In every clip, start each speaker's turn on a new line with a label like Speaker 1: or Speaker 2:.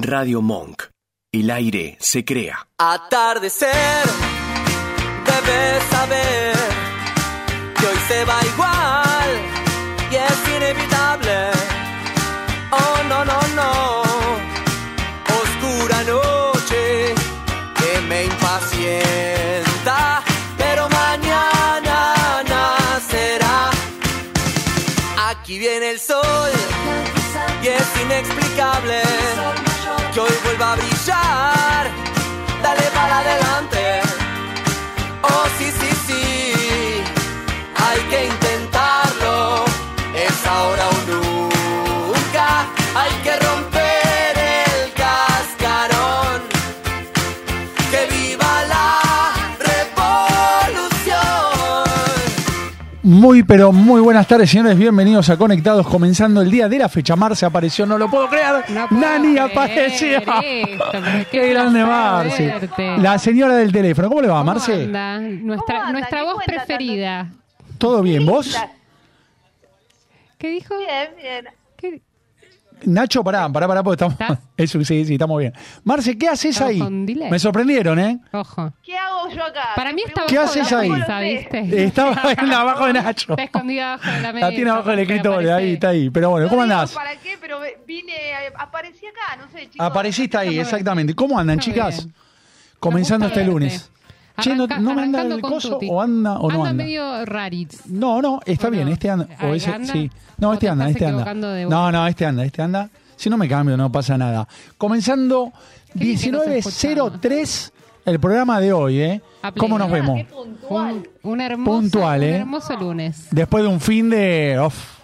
Speaker 1: Radio Monk. El aire se crea.
Speaker 2: Atardecer, debes saber que hoy se va igual y es inevitable. Oh, no, no, no. Oscura noche que me impacienta, pero mañana nacerá. Aquí viene el sol y es inexplicable que hoy vuelva a brillar. Dale para adelante. Oh, sí, sí, sí. Hay que intentarlo. Es ahora o nunca. Hay que romper el cascarón. Que viva la revolución.
Speaker 3: Muy, pero muy buenas tardes, señores. Bienvenidos a Conectados. Comenzando el día de la fecha. Marce apareció, no lo puedo creer.
Speaker 4: No puedo
Speaker 3: Nani
Speaker 4: creer
Speaker 3: apareció.
Speaker 4: esto, pero
Speaker 3: qué,
Speaker 4: qué
Speaker 3: grande
Speaker 4: placer
Speaker 3: Marce.
Speaker 4: verte.
Speaker 3: La señora del teléfono. ¿Cómo le va,
Speaker 4: ¿Cómo
Speaker 3: Marce?
Speaker 4: anda? Nuestra,
Speaker 5: ¿Cómo anda?
Speaker 4: nuestra
Speaker 5: ¿Qué
Speaker 4: voz
Speaker 5: cuenta,
Speaker 4: preferida.
Speaker 3: ¿Todo bien? ¿Vos?
Speaker 4: ¿Qué dijo?
Speaker 5: Bien, bien.
Speaker 4: ¿Qué?
Speaker 3: Nacho, pará, pará, pará, porque estamos.
Speaker 4: ¿Estás?
Speaker 3: Eso, sí, sí, estamos bien. Marce, ¿qué haces
Speaker 4: Estamos
Speaker 3: ahí?
Speaker 4: con delay.
Speaker 3: Me sorprendieron, ¿eh?
Speaker 4: Ojo.
Speaker 5: ¿Qué hago yo acá?
Speaker 4: Para mí
Speaker 5: está
Speaker 4: estaba
Speaker 3: ¿Qué haces ahí?
Speaker 4: ¿viste?
Speaker 3: Estaba en abajo de Nacho.
Speaker 4: Está escondida abajo de la mesa.
Speaker 3: La tiene abajo del
Speaker 4: porque
Speaker 3: escritorio,
Speaker 4: aparece.
Speaker 3: ahí está ahí. Pero bueno, ¿cómo andás?
Speaker 5: ¿Para qué? Pero vine, eh, aparecí acá, no sé, chicos.
Speaker 3: Apareciste ahí,
Speaker 4: Muy bien.
Speaker 3: exactamente. ¿Cómo andan,
Speaker 4: Muy
Speaker 3: chicas?
Speaker 4: bien.
Speaker 3: Comenzando
Speaker 4: Nos
Speaker 3: este
Speaker 4: gusta
Speaker 3: lunes.
Speaker 4: verte.
Speaker 3: Che, ¿no,
Speaker 4: Arranca-
Speaker 3: no me anda
Speaker 4: arrancando
Speaker 3: el
Speaker 4: con
Speaker 3: coso
Speaker 4: Tuti.
Speaker 3: o anda o no anda?
Speaker 4: medio rarit.
Speaker 3: No, no, está
Speaker 4: ¿O
Speaker 3: bien,
Speaker 4: no?
Speaker 3: este anda. O
Speaker 4: Ah,
Speaker 3: ese,
Speaker 4: ¿anda?
Speaker 3: sí. No,
Speaker 4: ¿O
Speaker 3: este
Speaker 4: te
Speaker 3: anda,
Speaker 4: estás
Speaker 3: este anda.
Speaker 4: equivocando de voz?
Speaker 3: No, no, este anda, este anda. Si no me cambio, no pasa nada. Comenzando
Speaker 4: Qué bien que nos
Speaker 3: 19.03 el programa de hoy, ¿eh?
Speaker 4: A pleno.
Speaker 3: ¿Cómo nos vemos?
Speaker 5: Qué puntual.
Speaker 4: Un, un hermoso,
Speaker 3: Puntual, ¿eh?
Speaker 4: un hermoso lunes.
Speaker 3: Después de un fin de... uf,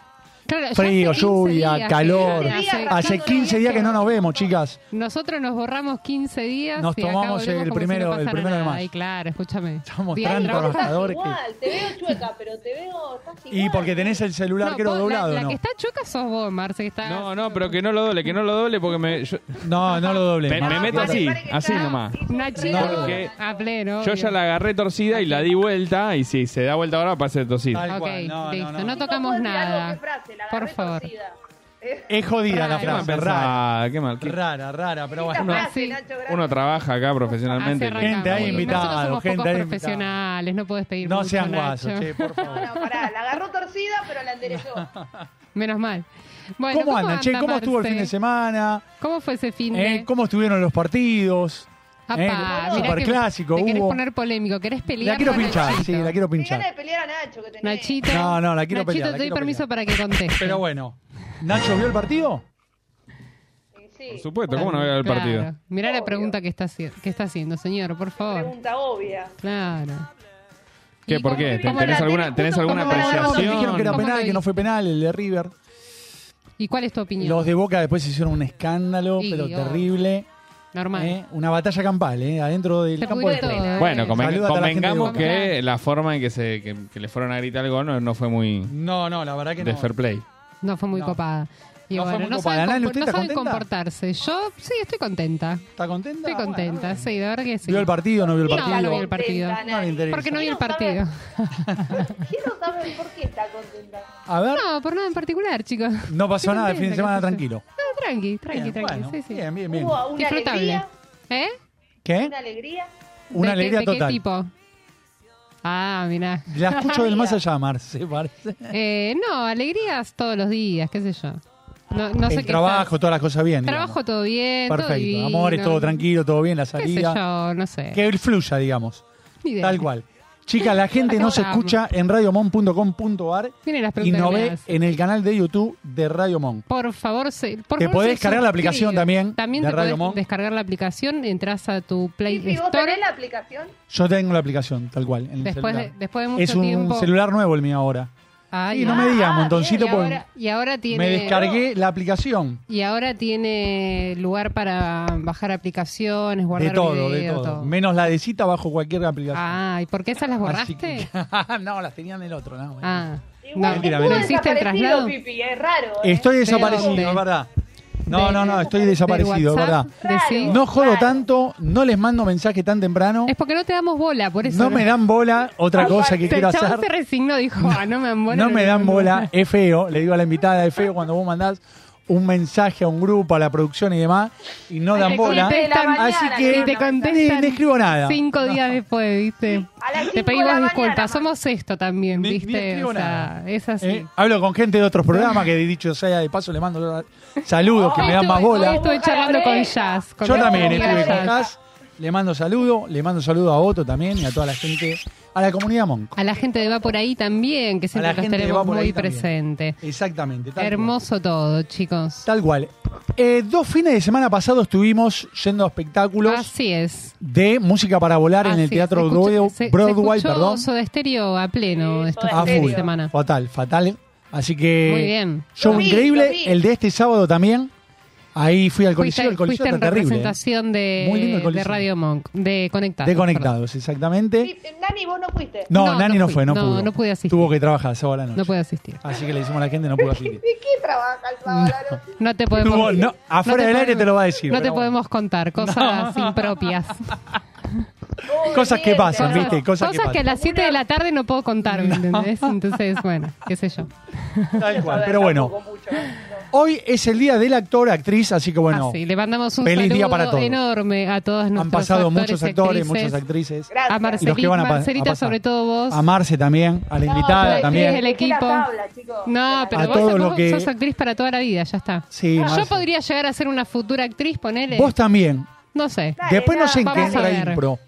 Speaker 4: Claro, ya
Speaker 3: frío,
Speaker 4: hace 15
Speaker 3: lluvia,
Speaker 4: días que-
Speaker 3: calor.
Speaker 5: hace-
Speaker 3: Hace 15 días que no nos vemos, chicas.
Speaker 4: Nosotros nos borramos 15 días.
Speaker 3: Nos
Speaker 4: y acá
Speaker 3: tomamos
Speaker 4: volvemos
Speaker 3: el
Speaker 4: como si
Speaker 3: primero-
Speaker 4: no
Speaker 3: el
Speaker 4: pasara
Speaker 3: primero de
Speaker 4: nada.
Speaker 3: mayo.
Speaker 4: Ay, claro, escúchame.
Speaker 3: Estamos
Speaker 4: Día de
Speaker 3: tan
Speaker 4: trabajo.
Speaker 3: trabajadores que...
Speaker 5: te veo chueca, pero te veo, estás
Speaker 3: Y porque tenés el celular,
Speaker 4: No,
Speaker 3: creo,
Speaker 4: vos, la-
Speaker 3: doblado,
Speaker 4: la,
Speaker 3: ¿no?
Speaker 4: que está chueca sos vos, Marce, que está...
Speaker 6: No, no, pero que no lo doble, que no lo doble porque me, yo,
Speaker 3: No, no lo doble.
Speaker 5: Ah,
Speaker 6: Me- me meto así, así nomás.
Speaker 4: Nachito,
Speaker 3: No,
Speaker 6: porque-
Speaker 4: a pleno.
Speaker 6: yo ya la agarré torcida y la di vuelta y si se da vuelta ahora va a ser torcida.
Speaker 3: Tal
Speaker 4: Ok,
Speaker 3: cual, no, no,
Speaker 4: listo,
Speaker 3: no.
Speaker 4: no, tocamos nada. Por favor.
Speaker 3: Es jodida la
Speaker 4: Rara.
Speaker 6: Qué mal
Speaker 3: frase, rara.
Speaker 6: pensada, qué mal. qué-
Speaker 3: Rara, rara, pero bueno.
Speaker 4: frase.
Speaker 5: Así.
Speaker 6: uno trabaja acá profesionalmente.
Speaker 4: Así
Speaker 3: Gente ahí
Speaker 4: arrancamos.
Speaker 3: invitada,
Speaker 4: Nosotros somos
Speaker 3: gente
Speaker 4: pocos
Speaker 3: ahí invitada.
Speaker 4: profesionales, no podés pedir
Speaker 3: No
Speaker 4: mucho,
Speaker 3: sean guasos,
Speaker 4: Nacho.
Speaker 3: che, por favor.
Speaker 5: No, pará, la agarró torcida, pero la enderezó.
Speaker 4: Menos mal. Bueno,
Speaker 3: ¿Cómo andan, che? ¿Cómo estuvo el
Speaker 4: Marce?
Speaker 3: fin de semana?
Speaker 4: ¿Cómo fue ese fin
Speaker 3: ¿Eh?
Speaker 4: de...?
Speaker 3: ¿Cómo estuvieron los partidos?
Speaker 4: Apá,
Speaker 3: ¿Eh?
Speaker 4: mirá que
Speaker 3: Superclásico,
Speaker 4: Te querés
Speaker 3: hubo.
Speaker 4: poner polémico, querés pelear
Speaker 3: La quiero
Speaker 4: con
Speaker 3: pinchar,
Speaker 4: Nachito.
Speaker 3: sí, la quiero
Speaker 5: Tenés ganas de
Speaker 3: pinchar.
Speaker 5: pelear a Nacho que tenés.
Speaker 4: Nachito.
Speaker 3: No, no, la quiero
Speaker 4: Nachito,
Speaker 3: pelear, la
Speaker 4: te doy
Speaker 3: quiero
Speaker 4: permiso
Speaker 3: pelear.
Speaker 4: para que conteste.
Speaker 3: Pero bueno, ¿Nacho vio el partido?
Speaker 5: Y
Speaker 6: Por
Speaker 5: Sí,
Speaker 6: supuesto, ¿cómo no voy a ver el
Speaker 4: Claro.
Speaker 6: partido?
Speaker 4: Mirá la
Speaker 5: Obvio.
Speaker 4: pregunta que está, haci- que está haciendo, señor, por favor.
Speaker 5: pregunta obvia.
Speaker 4: Claro.
Speaker 6: ¿Qué,
Speaker 4: ¿Y
Speaker 6: por
Speaker 4: cómo-
Speaker 6: qué?
Speaker 4: cómo
Speaker 6: ¿Tenés
Speaker 4: la-
Speaker 6: alguna, tenés alguna
Speaker 5: como la-
Speaker 3: Dijeron que era
Speaker 4: ¿Cómo
Speaker 6: apreciación?
Speaker 4: lo
Speaker 3: penal, que
Speaker 4: vi?
Speaker 3: no fue penal el de River.
Speaker 4: ¿Y cuál es tu opinión?
Speaker 3: Los de Boca después hicieron un escándalo,
Speaker 4: Sí,
Speaker 3: pero
Speaker 4: oh.
Speaker 3: terrible.
Speaker 4: Normal.
Speaker 3: ¿eh? Una batalla campal, ¿eh? adentro del
Speaker 4: Se
Speaker 3: campo de
Speaker 4: pudrió
Speaker 3: juego.
Speaker 4: todo, ¿eh?
Speaker 6: Bueno,
Speaker 3: como-
Speaker 6: conven-
Speaker 3: Saluda a toda la gente de
Speaker 6: convengamos
Speaker 4: Boca.
Speaker 6: que la forma en que se que, que le fueron a gritar algo no, no fue muy
Speaker 3: No, no, la verdad que
Speaker 6: de
Speaker 3: no.
Speaker 6: fair play.
Speaker 4: No fue muy
Speaker 3: No.
Speaker 4: copada. Y
Speaker 3: No fue
Speaker 4: bueno,
Speaker 3: muy
Speaker 4: no
Speaker 3: copada.
Speaker 4: saben,
Speaker 3: Nani,
Speaker 4: compo-
Speaker 3: ¿usted
Speaker 4: no
Speaker 3: está
Speaker 4: saben
Speaker 3: contenta?
Speaker 4: comportarse. Yo sí, estoy contenta.
Speaker 3: ¿Está contenta?
Speaker 4: Estoy
Speaker 3: Bueno,
Speaker 4: contenta, sí, de verdad que sí.
Speaker 3: ¿Vio el partido no vio el
Speaker 4: No,
Speaker 3: partido?
Speaker 4: no vi el partido.
Speaker 5: Contenta,
Speaker 3: No le interesa.
Speaker 4: Porque no vi el
Speaker 5: Quiero
Speaker 4: partido.
Speaker 5: Quiero saber por qué está contenta.
Speaker 3: A ver,
Speaker 4: No, por nada en particular, chicos.
Speaker 3: no pasó
Speaker 4: Estoy
Speaker 3: nada el fin de
Speaker 4: contenta, qué
Speaker 3: semana,
Speaker 4: sé yo.
Speaker 3: tranquilo.
Speaker 4: No, tranqui, tranqui,
Speaker 3: Bien,
Speaker 4: tranqui.
Speaker 3: bueno,
Speaker 4: sí, sí.
Speaker 3: Bien, bien, bien.
Speaker 5: Hubo una
Speaker 4: Disfrutable.
Speaker 5: alegría,
Speaker 4: ¿Eh?
Speaker 3: ¿Qué?
Speaker 5: una alegría.
Speaker 3: Una
Speaker 4: ¿De qué-
Speaker 3: alegría
Speaker 4: de
Speaker 3: total.
Speaker 4: qué tipo? Ah, mirá.
Speaker 3: La escucho del más allá, Marce, parece.
Speaker 4: Eh, no, alegrías todos los días, qué sé yo. No, no sé
Speaker 3: el
Speaker 4: qué
Speaker 3: trabajo, todas las cosas
Speaker 4: tal.
Speaker 3: bien. digamos.
Speaker 4: Trabajo todo bien, todo
Speaker 3: Perfecto.
Speaker 4: divino.
Speaker 3: Amores, todo tranquilo, todo bien, la
Speaker 4: Qué sé
Speaker 3: salida.
Speaker 4: yo, no sé.
Speaker 3: Que fluya, digamos.
Speaker 4: Ni idea.
Speaker 3: Tal cual. Chicas, la gente no se escucha en radiomon.com.ar
Speaker 4: Miren las
Speaker 3: y
Speaker 4: preguntas
Speaker 3: no
Speaker 4: que me
Speaker 3: ve
Speaker 4: hacen.
Speaker 3: en el canal de YouTube de Radio Mon.
Speaker 4: Por favor, se, por
Speaker 3: Te
Speaker 4: favor,
Speaker 3: podés
Speaker 4: se
Speaker 3: descargar
Speaker 4: suscriban.
Speaker 3: la aplicación también
Speaker 4: También
Speaker 3: de
Speaker 4: te podés
Speaker 3: Radio Monk.
Speaker 4: descargar la aplicación, entras a tu Play
Speaker 5: ¿Y si vos
Speaker 4: Store.
Speaker 5: tenés la aplicación?
Speaker 3: Yo tengo la aplicación, tal cual, en el
Speaker 4: Después de,
Speaker 3: celular.
Speaker 4: después de mucho
Speaker 3: es un
Speaker 4: tiempo.
Speaker 3: celular nuevo el mío ahora.
Speaker 4: Ay,
Speaker 3: y no me
Speaker 4: ah,
Speaker 3: digas, montoncito,
Speaker 4: y
Speaker 3: porque
Speaker 4: ahora, y ahora tiene.
Speaker 3: me descargué la aplicación.
Speaker 4: Y ahora tiene lugar para bajar aplicaciones, guardar
Speaker 3: de todo, de
Speaker 4: video,
Speaker 3: todo, Menos la de cita bajo cualquier aplicación.
Speaker 4: Ah, ¿y por qué esas las borraste?
Speaker 3: Así que- no, las tenía en el otro. no, bueno.
Speaker 4: Ah,
Speaker 5: Igual
Speaker 3: Mentira,
Speaker 5: estuvo
Speaker 4: no
Speaker 3: mentira.
Speaker 4: hiciste el
Speaker 5: desaparecido,
Speaker 4: traslado.
Speaker 5: Pipi, es raro. ¿eh?
Speaker 3: Estoy
Speaker 4: dónde?
Speaker 3: desaparecido, es verdad. No,
Speaker 4: ¿Del-
Speaker 3: no, no, estoy
Speaker 4: del
Speaker 3: desaparecido, es verdad.
Speaker 4: WhatsApp? Decís-
Speaker 3: No jodo tanto, no les mando mensaje tan temprano,
Speaker 4: Es porque no te damos bola, por eso.
Speaker 3: no me dan bola, otra cosa que
Speaker 4: El
Speaker 3: quiero
Speaker 4: chabón se
Speaker 3: hacer,
Speaker 4: resignó, dijo, ah, no me dan bola.
Speaker 3: no me
Speaker 4: le
Speaker 3: dan
Speaker 4: mando
Speaker 3: bola, es feo, le digo a la invitada, es feo cuando vos mandás un mensaje a un grupo, a la producción y demás, y no
Speaker 5: Ay,
Speaker 3: dan
Speaker 5: te
Speaker 3: bola.
Speaker 5: conté.
Speaker 3: Así que-
Speaker 4: y te
Speaker 3: Ni-
Speaker 4: contestan
Speaker 3: ni escribo nada.
Speaker 4: cinco días después, ¿viste?
Speaker 5: A las
Speaker 4: Te
Speaker 5: cinco de la
Speaker 4: pedimos
Speaker 5: mañana,
Speaker 4: disculpas.
Speaker 5: Marta.
Speaker 4: Somos esto también,
Speaker 3: Ni- ni
Speaker 4: ¿viste?
Speaker 3: escribo
Speaker 4: o sea,
Speaker 3: nada.
Speaker 4: es así.
Speaker 3: Eh, hablo con gente de otros programas que, dicho sea de paso, le mando saludos que
Speaker 4: Hoy
Speaker 3: me dan más
Speaker 4: estuve-
Speaker 3: bola.
Speaker 4: Hoy estuve charlando con
Speaker 5: Calabresa.
Speaker 4: Jazz. con
Speaker 3: Yo
Speaker 4: mi
Speaker 3: también
Speaker 4: amiga
Speaker 3: estuve con
Speaker 4: Jazz.
Speaker 3: Cas. Le mando saludo, le mando saludo a Otto también y a toda la gente, a la comunidad Monk.
Speaker 4: A la gente de Va Por Ahí también, que siempre
Speaker 3: la
Speaker 4: los
Speaker 3: gente de Va
Speaker 4: tenemos
Speaker 3: Por Ahí
Speaker 4: muy
Speaker 3: también.
Speaker 4: presente.
Speaker 3: Exactamente. tal
Speaker 4: Hermoso todo, chicos.
Speaker 3: cual. Tal cual. Eh, dos fines de semana pasado estuvimos yendo a espectáculos
Speaker 4: Así es.
Speaker 3: de música para volar en
Speaker 4: Así
Speaker 3: el
Speaker 4: es.
Speaker 3: Teatro
Speaker 4: Escucha-
Speaker 3: Broadway,
Speaker 4: Ah, se- se
Speaker 3: Broadway,
Speaker 4: escuchó
Speaker 3: perdón.
Speaker 4: Soda Estéreo a pleno
Speaker 5: Sí,
Speaker 4: estos
Speaker 5: Soda
Speaker 3: A
Speaker 4: fines de
Speaker 3: full.
Speaker 4: semana.
Speaker 3: Fatal, fatal. ¿eh? Así que.
Speaker 4: Muy bien.
Speaker 3: Show
Speaker 5: Lo vi,
Speaker 3: increíble.
Speaker 5: lo vi.
Speaker 3: El de este sábado también. Ahí fui al
Speaker 4: Fuiste,
Speaker 3: Coliseo. El Coliseo
Speaker 4: fuiste en
Speaker 3: está terrible. ¿eh?
Speaker 4: representación
Speaker 3: Muy lindo el
Speaker 4: de, de
Speaker 3: Coliseo.
Speaker 4: Radio Monk, de Conectados.
Speaker 3: De conectados, exactamente.
Speaker 5: Sí, eh, Nani, vos no fuiste.
Speaker 3: No,
Speaker 4: No,
Speaker 3: Nani
Speaker 4: no
Speaker 3: no
Speaker 4: fui.
Speaker 3: fue, no
Speaker 4: No,
Speaker 3: pudo.
Speaker 4: no pude asistir.
Speaker 3: Tuvo que trabajar sábado a la
Speaker 4: perdón.
Speaker 3: noche.
Speaker 4: No puedo asistir.
Speaker 3: Así que le decimos a la gente, no pudo
Speaker 5: ¿De
Speaker 3: asistir.
Speaker 5: qué trabaja el sábado a la noche?
Speaker 4: No te podemos
Speaker 3: Tuvo- no, afuera del aire te lo va a decir,
Speaker 4: No
Speaker 3: pero
Speaker 4: te
Speaker 3: bueno.
Speaker 4: podemos contar cosas impropias.
Speaker 5: Uy,
Speaker 3: Cosas que
Speaker 5: mierda,
Speaker 3: pasan,
Speaker 5: no.
Speaker 3: viste, cosas que
Speaker 4: a
Speaker 3: pasan.
Speaker 4: las 7 de la tarde no puedo contar, ¿me entendés? Entonces, bueno, qué sé yo.
Speaker 3: Tal cual.
Speaker 5: Joder,
Speaker 3: Pero bueno,
Speaker 5: tampoco mucho, ¿no?
Speaker 3: hoy es el día del actor, actriz, así que bueno,
Speaker 4: Así, Ah, le mandamos un
Speaker 3: feliz
Speaker 4: saludo
Speaker 3: día para todos.
Speaker 4: enorme a todos nuestros
Speaker 3: han pasado
Speaker 4: actores,
Speaker 3: muchos actores,
Speaker 4: actrices,
Speaker 3: muchas actrices.
Speaker 5: Gracias.
Speaker 4: A
Speaker 3: Y los que
Speaker 4: Marcelita,
Speaker 3: van a pa- a
Speaker 4: Marcelita
Speaker 3: pasar.
Speaker 4: sobre todo vos.
Speaker 3: A Marce también, a la
Speaker 5: No,
Speaker 3: invitada
Speaker 5: pero
Speaker 3: Ah, también.
Speaker 4: Pues, el
Speaker 5: dejé la
Speaker 4: equipo.
Speaker 5: tabla, chicos.
Speaker 4: No,
Speaker 5: Dejé la
Speaker 4: pero
Speaker 3: A
Speaker 4: vos,
Speaker 3: todo lo
Speaker 4: vos
Speaker 3: que-
Speaker 4: sos actriz para toda la vida, ya está.
Speaker 3: Sí, Marce.
Speaker 4: Yo podría llegar a ser una futura actriz, ponele.
Speaker 3: Vos también.
Speaker 4: No sé.
Speaker 5: Dale,
Speaker 3: Después no
Speaker 5: nada,
Speaker 3: sé en qué
Speaker 4: vamos a
Speaker 3: entra
Speaker 4: ver.
Speaker 3: impro.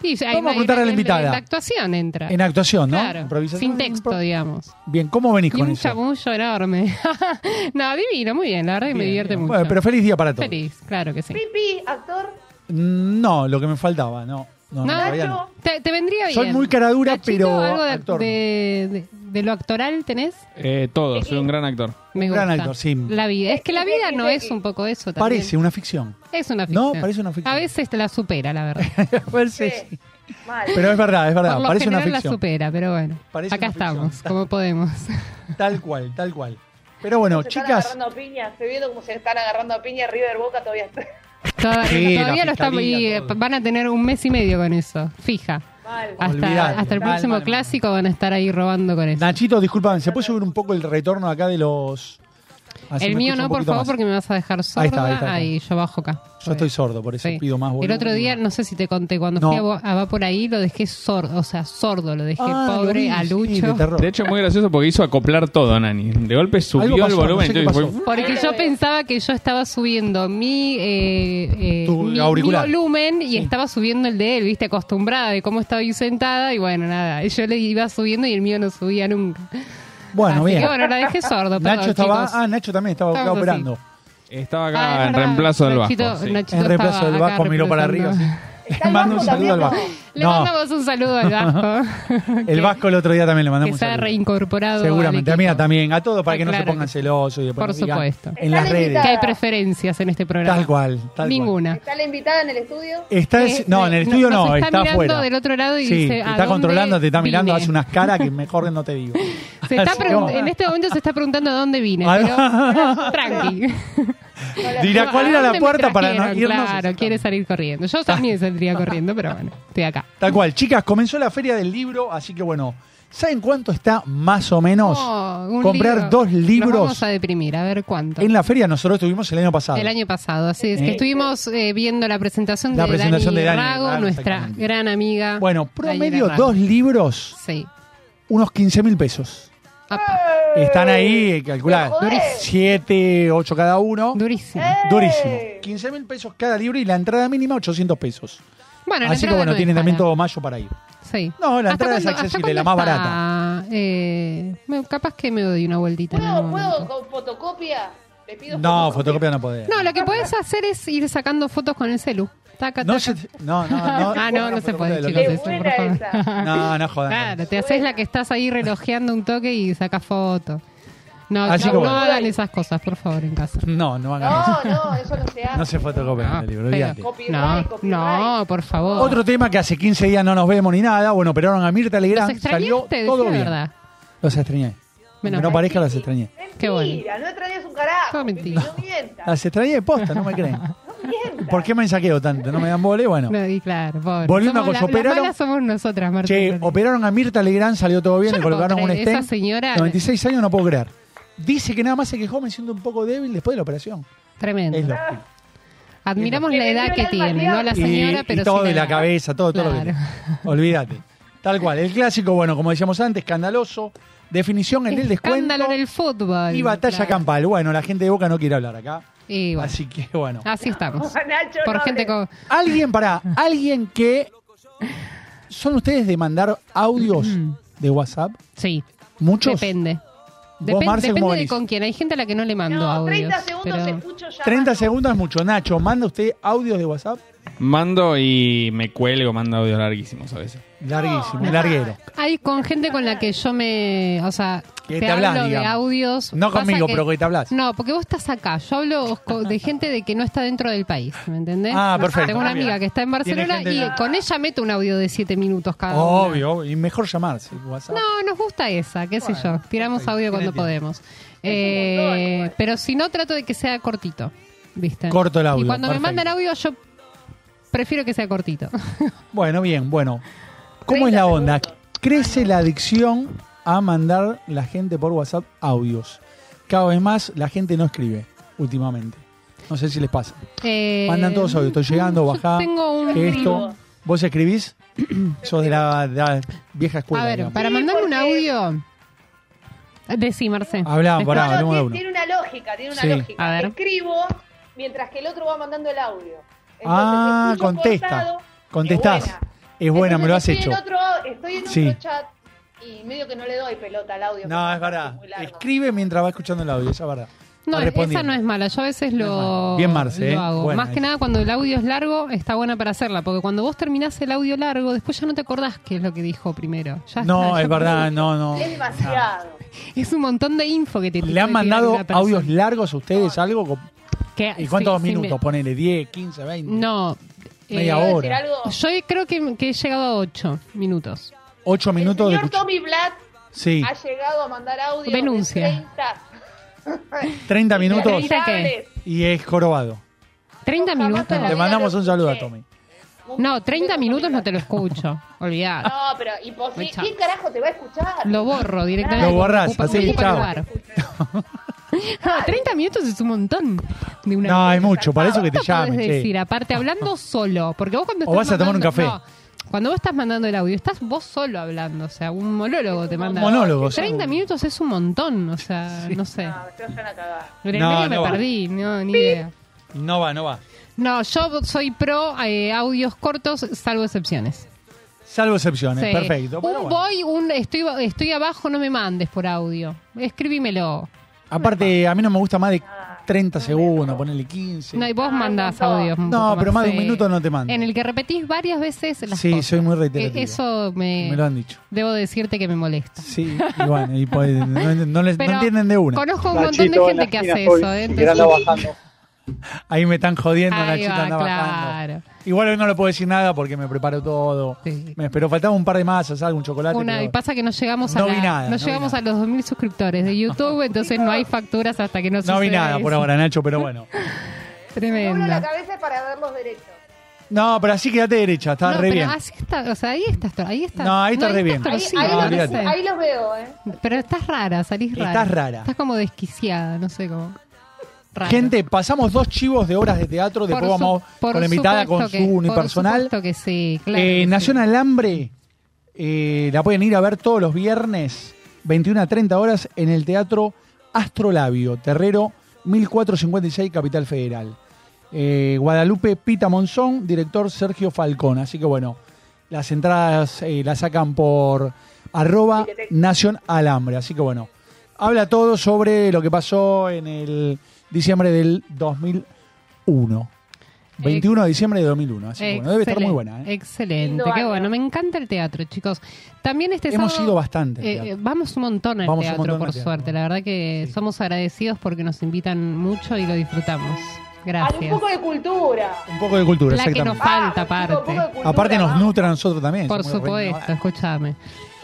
Speaker 4: Sí, ahí
Speaker 3: Vamos a
Speaker 4: va-
Speaker 3: preguntar a la
Speaker 4: en- en-
Speaker 3: invitada.
Speaker 4: En la actuación entra.
Speaker 3: En actuación, ¿no?
Speaker 4: Claro,
Speaker 3: Improvisación.
Speaker 4: sin texto, digamos.
Speaker 3: Bien, ¿cómo venís
Speaker 4: Y
Speaker 3: con
Speaker 4: un
Speaker 3: eso?
Speaker 4: chamullo enorme. no, divino, muy bien. La verdad que me
Speaker 3: Bien,
Speaker 4: divierte
Speaker 3: bien.
Speaker 4: mucho.
Speaker 3: Bueno, pero feliz día para todos.
Speaker 4: Feliz, claro que sí.
Speaker 5: Pipi, actor.
Speaker 3: No, lo que me faltaba, no. No,
Speaker 4: No,
Speaker 3: todavía no.
Speaker 4: Te, te vendría bien.
Speaker 3: Soy muy cara dura,
Speaker 4: Nachito,
Speaker 3: pero
Speaker 4: algo de,
Speaker 3: actor.
Speaker 4: de- de- de lo actoral tenés?
Speaker 6: Eh, todo, soy un gran actor.
Speaker 4: Me
Speaker 3: Gran
Speaker 4: gusta.
Speaker 3: actor, sí.
Speaker 4: La vida. Es que la vida no es un poco eso también.
Speaker 3: Parece una ficción.
Speaker 4: Es una
Speaker 3: No,
Speaker 4: ficción.
Speaker 3: parece una ficción.
Speaker 4: A veces te la supera, la verdad.
Speaker 3: Parece-
Speaker 5: Sí. Mal.
Speaker 3: Pues Pero es verdad, es verdad.
Speaker 4: Por lo
Speaker 3: Parece una
Speaker 4: general la
Speaker 3: ficción.
Speaker 4: supera, pero bueno.
Speaker 3: Parece
Speaker 4: acá
Speaker 3: una ficción.
Speaker 4: estamos, como podemos.
Speaker 3: Tal cual, tal cual. Pero bueno,
Speaker 5: se
Speaker 3: chicas,
Speaker 5: están agarrando a piña. Estoy viendo cómo se están agarrando a piña. River Boca todavía está.
Speaker 4: Todavía,
Speaker 3: Sí, la
Speaker 4: todavía lo estamos y
Speaker 3: fiscalía,
Speaker 4: eh,
Speaker 3: todo.
Speaker 4: van a tener un mes y medio con eso, fija.
Speaker 5: Mal.
Speaker 4: Hasta,
Speaker 3: Olvidate.
Speaker 4: hasta el
Speaker 3: Mal,
Speaker 4: próximo
Speaker 3: mal, mal.
Speaker 4: clásico van a estar ahí robando con eso.
Speaker 3: Nachito, disculpame, ¿se puede subir un poco el retorno acá de los. Así
Speaker 4: el
Speaker 3: me
Speaker 4: mío
Speaker 3: escucho
Speaker 4: no,
Speaker 3: un
Speaker 4: por
Speaker 3: poquito
Speaker 4: favor,
Speaker 3: más.
Speaker 4: porque me vas a dejar sorda. Ahí,
Speaker 3: Ahí está, ahí está, ahí
Speaker 4: yo bajo acá.
Speaker 3: Yo estoy sordo, por eso
Speaker 4: Sí.
Speaker 3: pido más
Speaker 4: El
Speaker 3: volumen.
Speaker 4: otro día, no sé si te conté, cuando
Speaker 3: No.
Speaker 4: fui a, Bo- a Va por ahí, lo dejé sordo, o sea, sordo, lo dejé
Speaker 3: Ah, lo vi,
Speaker 4: pobre a
Speaker 3: sí, de
Speaker 4: Lucho.
Speaker 3: terror.
Speaker 6: De hecho, es muy gracioso porque hizo acoplar todo, Nani. De golpe
Speaker 3: Algo
Speaker 6: subió
Speaker 3: pasó,
Speaker 6: el
Speaker 3: no
Speaker 6: volumen.
Speaker 3: sé qué
Speaker 6: entonces
Speaker 3: pasó.
Speaker 6: fue-
Speaker 4: porque yo pensaba que yo estaba subiendo mi, eh, eh,
Speaker 3: Tu
Speaker 4: mi,
Speaker 3: auricular.
Speaker 4: mi volumen y estaba subiendo el de él, viste, acostumbrada de cómo estaba ahí sentada y bueno, nada, yo le iba subiendo y el mío no subía nunca.
Speaker 3: bueno,
Speaker 4: Así
Speaker 3: bien.
Speaker 4: que bueno, la dejé sordo. perdón,
Speaker 3: Ah, Nacho estaba.
Speaker 4: chicos.
Speaker 3: Ah, Nacho también estaba acá
Speaker 4: Estamos así.
Speaker 3: operando.
Speaker 6: Estaba
Speaker 4: Ah, es
Speaker 6: acá en
Speaker 4: verdad.
Speaker 6: reemplazo del bajo.
Speaker 4: Nachito-
Speaker 6: sí.
Speaker 4: Nachito
Speaker 3: En reemplazo
Speaker 4: estaba
Speaker 3: del
Speaker 4: acá
Speaker 3: bajo, miró para arriba.
Speaker 4: representando.
Speaker 3: así. Le mando un
Speaker 5: Está el
Speaker 3: saludo
Speaker 5: Vasco
Speaker 3: al Vasco.
Speaker 5: también,
Speaker 4: Le
Speaker 3: No,
Speaker 4: mandamos un saludo al Vasco.
Speaker 3: el Vasco el otro día también le
Speaker 4: que
Speaker 3: mandamos
Speaker 4: se
Speaker 3: un
Speaker 4: ha
Speaker 3: saludo.
Speaker 4: reincorporado.
Speaker 3: Seguramente,
Speaker 4: al
Speaker 3: a mí
Speaker 4: equipo.
Speaker 3: también, a todos para
Speaker 4: Ah,
Speaker 3: que no se
Speaker 4: claro
Speaker 3: pongan
Speaker 4: que sí.
Speaker 3: celosos y después
Speaker 4: Por
Speaker 3: nos digan
Speaker 4: supuesto.
Speaker 3: En las
Speaker 5: Está
Speaker 3: redes.
Speaker 4: Que hay
Speaker 5: Ah.
Speaker 4: preferencias en este programa.
Speaker 3: Tal cual, tal cual.
Speaker 4: Ninguna.
Speaker 5: Está la invitada en el estudio.
Speaker 3: Está es-
Speaker 4: Eh,
Speaker 3: no,
Speaker 4: eh,
Speaker 3: en el
Speaker 4: no-
Speaker 3: estudio
Speaker 4: nos
Speaker 3: no,
Speaker 4: está
Speaker 3: está
Speaker 4: mirando
Speaker 3: afuera.
Speaker 4: del otro lado y
Speaker 3: Sí,
Speaker 4: dice,
Speaker 3: te
Speaker 4: "¿A
Speaker 3: está
Speaker 4: dónde
Speaker 3: controlando, te está mirando,
Speaker 4: vine?".
Speaker 3: hace unas caras que mejor no te digo.
Speaker 4: Se está
Speaker 3: Así que
Speaker 4: pregun-
Speaker 3: vamos.
Speaker 4: en este momento se está preguntando a dónde vine.
Speaker 3: Ah,
Speaker 4: Pero, tranqui.
Speaker 3: Dirá cuál
Speaker 4: ¿A
Speaker 3: era la
Speaker 4: dónde me
Speaker 3: puerta para no
Speaker 4: trajeron?
Speaker 3: irnos.
Speaker 4: Claro, quiere salir corriendo. Yo también saldría corriendo, pero bueno, estoy acá.
Speaker 3: Tal cual, chicas, comenzó la feria del libro, así que bueno, ¿saben cuánto está más o menos
Speaker 4: Oh, un
Speaker 3: comprar
Speaker 4: libro.
Speaker 3: dos libros?
Speaker 4: Nos vamos a deprimir, a ver cuánto.
Speaker 3: En la feria nosotros tuvimos el año pasado.
Speaker 4: El año pasado, así es.
Speaker 3: Eh.
Speaker 4: Que estuvimos eh, viendo la presentación
Speaker 3: La
Speaker 4: de
Speaker 3: presentación
Speaker 4: Dani
Speaker 3: de Dani
Speaker 4: Rago,
Speaker 3: Rago,
Speaker 4: nuestra
Speaker 3: exactamente.
Speaker 4: gran amiga.
Speaker 3: bueno,
Speaker 4: Daniela
Speaker 3: promedio
Speaker 4: Rago.
Speaker 3: dos libros,
Speaker 4: Sí.
Speaker 3: unos 15 mil pesos.
Speaker 4: Apa,
Speaker 3: Están ahí, calcular,
Speaker 5: Joder.
Speaker 3: 7, 8 cada uno.
Speaker 4: durísimo.
Speaker 3: Durísimo. 15 mil pesos cada libro y la entrada mínima 800 pesos.
Speaker 4: Bueno, la
Speaker 3: Así que
Speaker 4: entrada
Speaker 3: bueno,
Speaker 4: no es
Speaker 3: tienen también
Speaker 4: cara.
Speaker 3: todo mayo para ir.
Speaker 4: Sí.
Speaker 3: No,
Speaker 4: ¿Hasta
Speaker 3: la entrada es
Speaker 4: cuándo- hasta
Speaker 3: accesible, la más
Speaker 4: cuándo
Speaker 3: barata.
Speaker 4: está? Eh, me- capaz que me doy una vueltita. en
Speaker 5: ¿Puedo,
Speaker 4: algún
Speaker 5: puedo
Speaker 4: momento.
Speaker 5: con fotocopia? Le pido
Speaker 3: No, fotocopia no podés.
Speaker 4: No, lo que puedes hacer es ir sacando fotos con el celu. Taca,
Speaker 3: No,
Speaker 4: taca.
Speaker 3: se- no, no, no.
Speaker 4: ah, no, no se
Speaker 3: fotocopia
Speaker 4: puede,
Speaker 3: de los
Speaker 4: chicos.
Speaker 5: Qué
Speaker 4: eso,
Speaker 3: libros.
Speaker 4: por
Speaker 5: buena
Speaker 4: favor.
Speaker 5: esa.
Speaker 3: No, no jodan.
Speaker 4: Claro, te haces la que estás ahí relojeando un toque y sacas fotos. No,
Speaker 3: Así
Speaker 4: no,
Speaker 3: que
Speaker 4: no
Speaker 3: Ah, bueno.
Speaker 4: hagan esas cosas, por favor, en casa.
Speaker 3: No, no hagan eso.
Speaker 5: No, no, eso no se hace.
Speaker 3: No se fotocopia
Speaker 4: No,
Speaker 3: el libro,
Speaker 4: pero-
Speaker 3: olvídate.
Speaker 5: Copyright,
Speaker 4: No,
Speaker 5: copyright.
Speaker 4: no, por favor.
Speaker 3: Otro tema que hace 15 días no nos vemos ni nada. Bueno, pero a Mirta
Speaker 4: Los
Speaker 3: Legrand salió
Speaker 4: extrañaste,
Speaker 3: todo
Speaker 4: decí la
Speaker 3: bien.
Speaker 4: verdad.
Speaker 3: Los extrañé.
Speaker 4: Menos
Speaker 3: Aunque no
Speaker 4: mal.
Speaker 3: parezca, los extrañé.
Speaker 5: Mentira,
Speaker 4: Qué
Speaker 5: no extrañas un carajo.
Speaker 4: Todo
Speaker 5: Pipi,
Speaker 4: mentira.
Speaker 5: No mientas.
Speaker 3: Las extrañé de posta, no me creen.
Speaker 5: No mientas.
Speaker 3: ¿Por qué me saqueo tanto? No me dan vole, bueno.
Speaker 4: No, y claro, pobre.
Speaker 3: Volviendo a
Speaker 4: Somos
Speaker 3: cosa,
Speaker 4: la- las
Speaker 3: operaron-
Speaker 4: malas somos nosotras, Martín.
Speaker 3: Che, operaron a Mirta Legrand, salió todo bien,
Speaker 4: Yo
Speaker 3: le
Speaker 4: no puedo
Speaker 3: colocaron un
Speaker 4: creer,
Speaker 3: stent.
Speaker 4: esa señora-
Speaker 3: 96 años, no puedo creer. Dice que nada más se quejó, me siento un poco débil después de la operación.
Speaker 4: Tremendo.
Speaker 3: Es lógico.
Speaker 4: Admiramos
Speaker 5: es
Speaker 4: la
Speaker 5: lo-
Speaker 4: edad que
Speaker 5: Le vendió el
Speaker 4: tiene, no a la
Speaker 3: Y-
Speaker 4: señora,
Speaker 3: y,
Speaker 4: pero
Speaker 3: todo
Speaker 4: sí
Speaker 3: de la
Speaker 4: edad.
Speaker 3: cabeza, todo, todo lo que
Speaker 4: Claro.
Speaker 3: tiene. Olvídate. Tal cual. El clásico, bueno, como decíamos antes, escandaloso. Definición en el descuento
Speaker 4: Escándalo en el fútbol.
Speaker 3: y batalla
Speaker 4: Claro.
Speaker 3: campal. Bueno, la gente de Boca no quiere hablar acá.
Speaker 4: Y bueno,
Speaker 3: Así que bueno.
Speaker 4: así estamos.
Speaker 5: Nacho,
Speaker 4: Por
Speaker 5: no
Speaker 4: gente
Speaker 5: hables.
Speaker 4: con...
Speaker 3: Alguien, para alguien que son ustedes de mandar audios de WhatsApp,
Speaker 4: Sí,
Speaker 3: muchos.
Speaker 4: depende.
Speaker 3: Vos,
Speaker 4: Depen-
Speaker 3: Marce,
Speaker 4: depende
Speaker 3: ¿cómo
Speaker 4: de
Speaker 3: venís?
Speaker 4: con quién. Hay gente a la que no le mando
Speaker 5: No,
Speaker 4: audios.
Speaker 5: 30 segundos
Speaker 4: pero-
Speaker 5: escucho ya.
Speaker 3: 30
Speaker 5: basta.
Speaker 3: segundos es mucho. Nacho, ¿manda usted audios de WhatsApp?
Speaker 6: Mando y me cuelgo, mando audios larguísimos a veces.
Speaker 3: Larguísimo,
Speaker 5: no.
Speaker 3: larguero.
Speaker 4: Hay con gente con la que yo me, o sea,
Speaker 3: Que
Speaker 4: te,
Speaker 3: te
Speaker 4: hablo
Speaker 3: hablas,
Speaker 4: de
Speaker 3: digamos.
Speaker 4: audios.
Speaker 3: No
Speaker 4: Pasa
Speaker 3: conmigo, pero que te hablas.
Speaker 4: No, porque vos estás acá. Yo hablo co- de gente de que no está dentro del país, ¿me entendés?
Speaker 3: Ah,
Speaker 4: O sea,
Speaker 3: perfecto.
Speaker 4: Tengo una
Speaker 3: Ah, bien.
Speaker 4: amiga que está en Barcelona
Speaker 3: gente
Speaker 4: y
Speaker 3: de-
Speaker 4: con ella meto un audio de siete minutos cada uno.
Speaker 3: Obvio, y mejor llamarse. WhatsApp.
Speaker 4: Ah, No, nos gusta esa, qué sé yo. Tiramos
Speaker 3: perfecto.
Speaker 4: audio cuando
Speaker 3: Tiene tiempo.
Speaker 4: podemos. Eh, pero si no, trato de que sea cortito, ¿viste?
Speaker 3: Corto el audio,
Speaker 4: Y cuando me
Speaker 3: perfecto.
Speaker 4: mandan audio, yo prefiero que sea cortito.
Speaker 3: Bueno, bien, bueno. ¿Cómo es
Speaker 5: 30
Speaker 3: la onda?
Speaker 5: segundos.
Speaker 3: Crece la adicción a mandar la gente por WhatsApp audios. Cada vez más la gente no escribe últimamente. No sé si les pasa.
Speaker 4: Eh,
Speaker 3: Mandan todos audios. Estoy llegando,
Speaker 4: yo
Speaker 3: bajá.
Speaker 4: Tengo un.
Speaker 3: que esto.
Speaker 5: escribo.
Speaker 3: ¿Vos escribís? Sos de la, de la vieja escuela.
Speaker 4: a ver,
Speaker 3: digamos.
Speaker 4: para
Speaker 5: Sí,
Speaker 4: mandar un
Speaker 5: porque-
Speaker 4: audio. Decí, Marce.
Speaker 3: Hablá,
Speaker 4: ¿Me
Speaker 3: pará,
Speaker 5: No, no,
Speaker 3: hablemos de
Speaker 5: tiene,
Speaker 3: uno.
Speaker 5: tiene una lógica, tiene una
Speaker 3: Sí.
Speaker 5: lógica.
Speaker 4: A ver.
Speaker 5: Escribo mientras que el otro va mandando el audio. Entonces,
Speaker 3: Ah,
Speaker 5: escucho
Speaker 3: contesta.
Speaker 5: cortado,
Speaker 3: Contestás.
Speaker 5: Es buena,
Speaker 3: Es buena, me lo has
Speaker 5: Entonces,
Speaker 3: hecho.
Speaker 5: Estoy en otro, estoy en
Speaker 3: Sí.
Speaker 5: otro chat y medio que no le doy pelota al audio.
Speaker 3: No,
Speaker 5: porque
Speaker 3: es verdad.
Speaker 5: muy largo.
Speaker 3: Escribe mientras va escuchando el audio, esa es verdad.
Speaker 4: No,
Speaker 3: Va
Speaker 4: esa
Speaker 3: respondiendo.
Speaker 4: no es mala. Yo a veces
Speaker 3: mala.
Speaker 4: lo,
Speaker 3: Bien, Marce, ¿eh?
Speaker 4: lo hago.
Speaker 3: Buena
Speaker 4: Más que
Speaker 3: esa.
Speaker 4: nada cuando el audio es largo, está buena para hacerla. Porque cuando vos terminás el audio largo, después ya no te acordás qué es lo que dijo primero. Ya
Speaker 3: No,
Speaker 4: está, ya
Speaker 3: es verdad, no, no. Ah.
Speaker 5: Es demasiado.
Speaker 4: Es un montón de info que te
Speaker 3: ¿Le han mandado audios largos a ustedes algo? con- ¿Y cuántos minutos? Ponele, 10, 15, 20.
Speaker 4: No. eh,
Speaker 3: Media
Speaker 5: ¿Puedo
Speaker 3: hora.
Speaker 5: decir algo?
Speaker 4: yo creo que, que he llegado a 8 minutos.
Speaker 3: 8
Speaker 5: El
Speaker 3: minutos de
Speaker 5: señor
Speaker 3: escucha-
Speaker 5: Tommy Blatt
Speaker 3: Sí,
Speaker 5: ha llegado a mandar audio. de
Speaker 4: Denuncia.
Speaker 5: 30
Speaker 3: 30 minutos
Speaker 4: Treinta.
Speaker 5: Lamentables.
Speaker 3: y es jorobado.
Speaker 4: 30
Speaker 5: Ojalá
Speaker 4: minutos.
Speaker 5: para
Speaker 3: Le
Speaker 5: Amiga,
Speaker 3: mandamos
Speaker 5: lo
Speaker 3: un saludo a
Speaker 5: escuché.
Speaker 3: Tommy.
Speaker 4: No, 30 minutos no te lo escucho. Olvidado.
Speaker 5: No, pero
Speaker 4: Me
Speaker 5: imposible.
Speaker 4: echa.
Speaker 5: ¿Quién carajo te va a escuchar?
Speaker 4: Lo borro directamente.
Speaker 3: Lo borrás, así,
Speaker 4: ocupa
Speaker 3: chao.
Speaker 4: lugar. No, 30 minutos es un montón. De una
Speaker 3: No,
Speaker 4: vez.
Speaker 3: es mucho, para eso que te
Speaker 4: ¿Cuánto podés
Speaker 3: llamen. che.
Speaker 4: decir? Aparte, hablando solo. Porque vos cuando
Speaker 3: O
Speaker 4: estás
Speaker 3: vas a tomar un
Speaker 4: mandando-
Speaker 3: café.
Speaker 4: no, cuando vos estás mandando el audio, estás vos solo hablando. O sea, un monólogo te manda.
Speaker 3: Monólogo, sí.
Speaker 4: 30 minutos es un montón. O sea, no sé.
Speaker 5: No, te vayan a cagar.
Speaker 4: En el
Speaker 3: No,
Speaker 4: medio me
Speaker 3: no va.
Speaker 4: perdí, no, ni idea.
Speaker 3: No va, no va.
Speaker 4: No, yo soy pro eh, audios cortos, salvo excepciones.
Speaker 3: Salvo excepciones,
Speaker 4: Sí.
Speaker 3: perfecto.
Speaker 4: Un
Speaker 3: Pero bueno.
Speaker 4: voy, un estoy, estoy abajo, no me mandes por audio. Escríbimelo.
Speaker 3: Aparte, a mí no me gusta más de 30 segundos, ponerle 15.
Speaker 4: No, y vos
Speaker 5: Ay,
Speaker 4: mandás
Speaker 5: Ah, no.
Speaker 4: audios. un
Speaker 3: No,
Speaker 4: poco
Speaker 3: pero más de un
Speaker 4: sí.
Speaker 3: minuto no te mando.
Speaker 4: En el que repetís varias veces las
Speaker 3: Sí,
Speaker 4: cosas.
Speaker 3: soy muy
Speaker 4: Eh,
Speaker 3: reiterativo.
Speaker 4: Eso me,
Speaker 3: Me lo han dicho.
Speaker 4: debo decirte que me molesta.
Speaker 3: Sí, y bueno, y pues, no, no les, no
Speaker 4: Pero
Speaker 3: entienden de una.
Speaker 4: Conozco un montón
Speaker 7: Nachito,
Speaker 4: de
Speaker 7: en la
Speaker 4: gente que
Speaker 7: esquina
Speaker 4: hace
Speaker 7: estoy,
Speaker 4: eso. ¿eh?
Speaker 7: que anda
Speaker 4: Entonces-
Speaker 7: bajando.
Speaker 3: Ahí me están jodiendo,
Speaker 4: Ahí
Speaker 3: Nachito
Speaker 4: va,
Speaker 3: anda
Speaker 4: claro.
Speaker 3: bajando. Igual hoy no le puedo decir nada porque me preparo todo.
Speaker 4: Sí.
Speaker 3: Me, pero faltaba un par de masas, algo, un chocolate.
Speaker 4: Una,
Speaker 3: pero-
Speaker 4: y pasa que no llegamos
Speaker 3: No
Speaker 4: a la-
Speaker 3: vi nada,
Speaker 4: no
Speaker 3: no vi
Speaker 4: llegamos
Speaker 3: nada.
Speaker 4: a los 2.000 suscriptores de YouTube, entonces no hay facturas hasta que no
Speaker 3: no vi
Speaker 4: suceda
Speaker 3: nada por
Speaker 4: eso.
Speaker 3: ahora, Nacho, pero bueno.
Speaker 5: Doblo la
Speaker 4: Tremendo.
Speaker 5: cabeza para ver los derechos.
Speaker 3: No, pero así quédate derecha, está
Speaker 4: no,
Speaker 3: re
Speaker 4: pero
Speaker 3: bien.
Speaker 4: así está, o sea, ahí estás, ahí estás.
Speaker 3: No, ahí está re bien.
Speaker 5: Ahí,
Speaker 4: torcido,
Speaker 5: ahí
Speaker 3: no,
Speaker 5: los-
Speaker 3: olvídate.
Speaker 5: ahí los veo, ¿eh?
Speaker 4: Pero estás rara, salís rara.
Speaker 3: Estás rara.
Speaker 4: Estás como desquiciada, no sé cómo. Rara.
Speaker 3: Gente, pasamos dos chivos de obras de teatro, después
Speaker 4: Por su-
Speaker 3: vamos
Speaker 4: por
Speaker 3: con la invitada,
Speaker 4: supuesto
Speaker 3: con
Speaker 4: que-
Speaker 3: su
Speaker 4: por
Speaker 3: unipersonal.
Speaker 4: supuesto que sí, claro.
Speaker 3: Eh,
Speaker 4: que sí.
Speaker 3: Nación Alambre, eh, la pueden ir a ver todos los viernes, 21 a 30 horas, en el Teatro Astrolabio, Terrero 1456, Capital Federal. Eh, Guadalupe Pita Monzón, director Sergio Falcón. Así que bueno, las entradas eh, las sacan por arroba Nación Alambre. Así que bueno, habla todo sobre lo que pasó en el diciembre del 2001. 21 de diciembre de 2001. Así que bueno, debe estar muy
Speaker 4: Excelente,
Speaker 3: buena. ¿eh?
Speaker 4: Excelente,
Speaker 5: Lindo
Speaker 4: qué
Speaker 5: año.
Speaker 4: bueno. Me encanta el teatro, chicos. También este
Speaker 3: Hemos
Speaker 4: sábado,
Speaker 3: ido bastante al
Speaker 4: eh,
Speaker 3: teatro.
Speaker 4: eh, vamos un montón al
Speaker 3: Vamos un
Speaker 4: teatro,
Speaker 3: montón
Speaker 4: por
Speaker 3: al teatro.
Speaker 4: suerte. La verdad que somos agradecidos porque nos invitan mucho y lo disfrutamos.
Speaker 5: Hay un
Speaker 4: Gracias.
Speaker 5: poco de cultura.
Speaker 3: Un poco de cultura,
Speaker 4: La que nos
Speaker 3: exactamente.
Speaker 4: falta,
Speaker 5: Vamos,
Speaker 4: aparte.
Speaker 5: chicos, un poco de cultura,
Speaker 3: Aparte nos
Speaker 5: vamos.
Speaker 3: nutre a nosotros también.
Speaker 4: Por
Speaker 3: somos re
Speaker 4: supuesto,
Speaker 3: ignorantes.
Speaker 4: escúchame.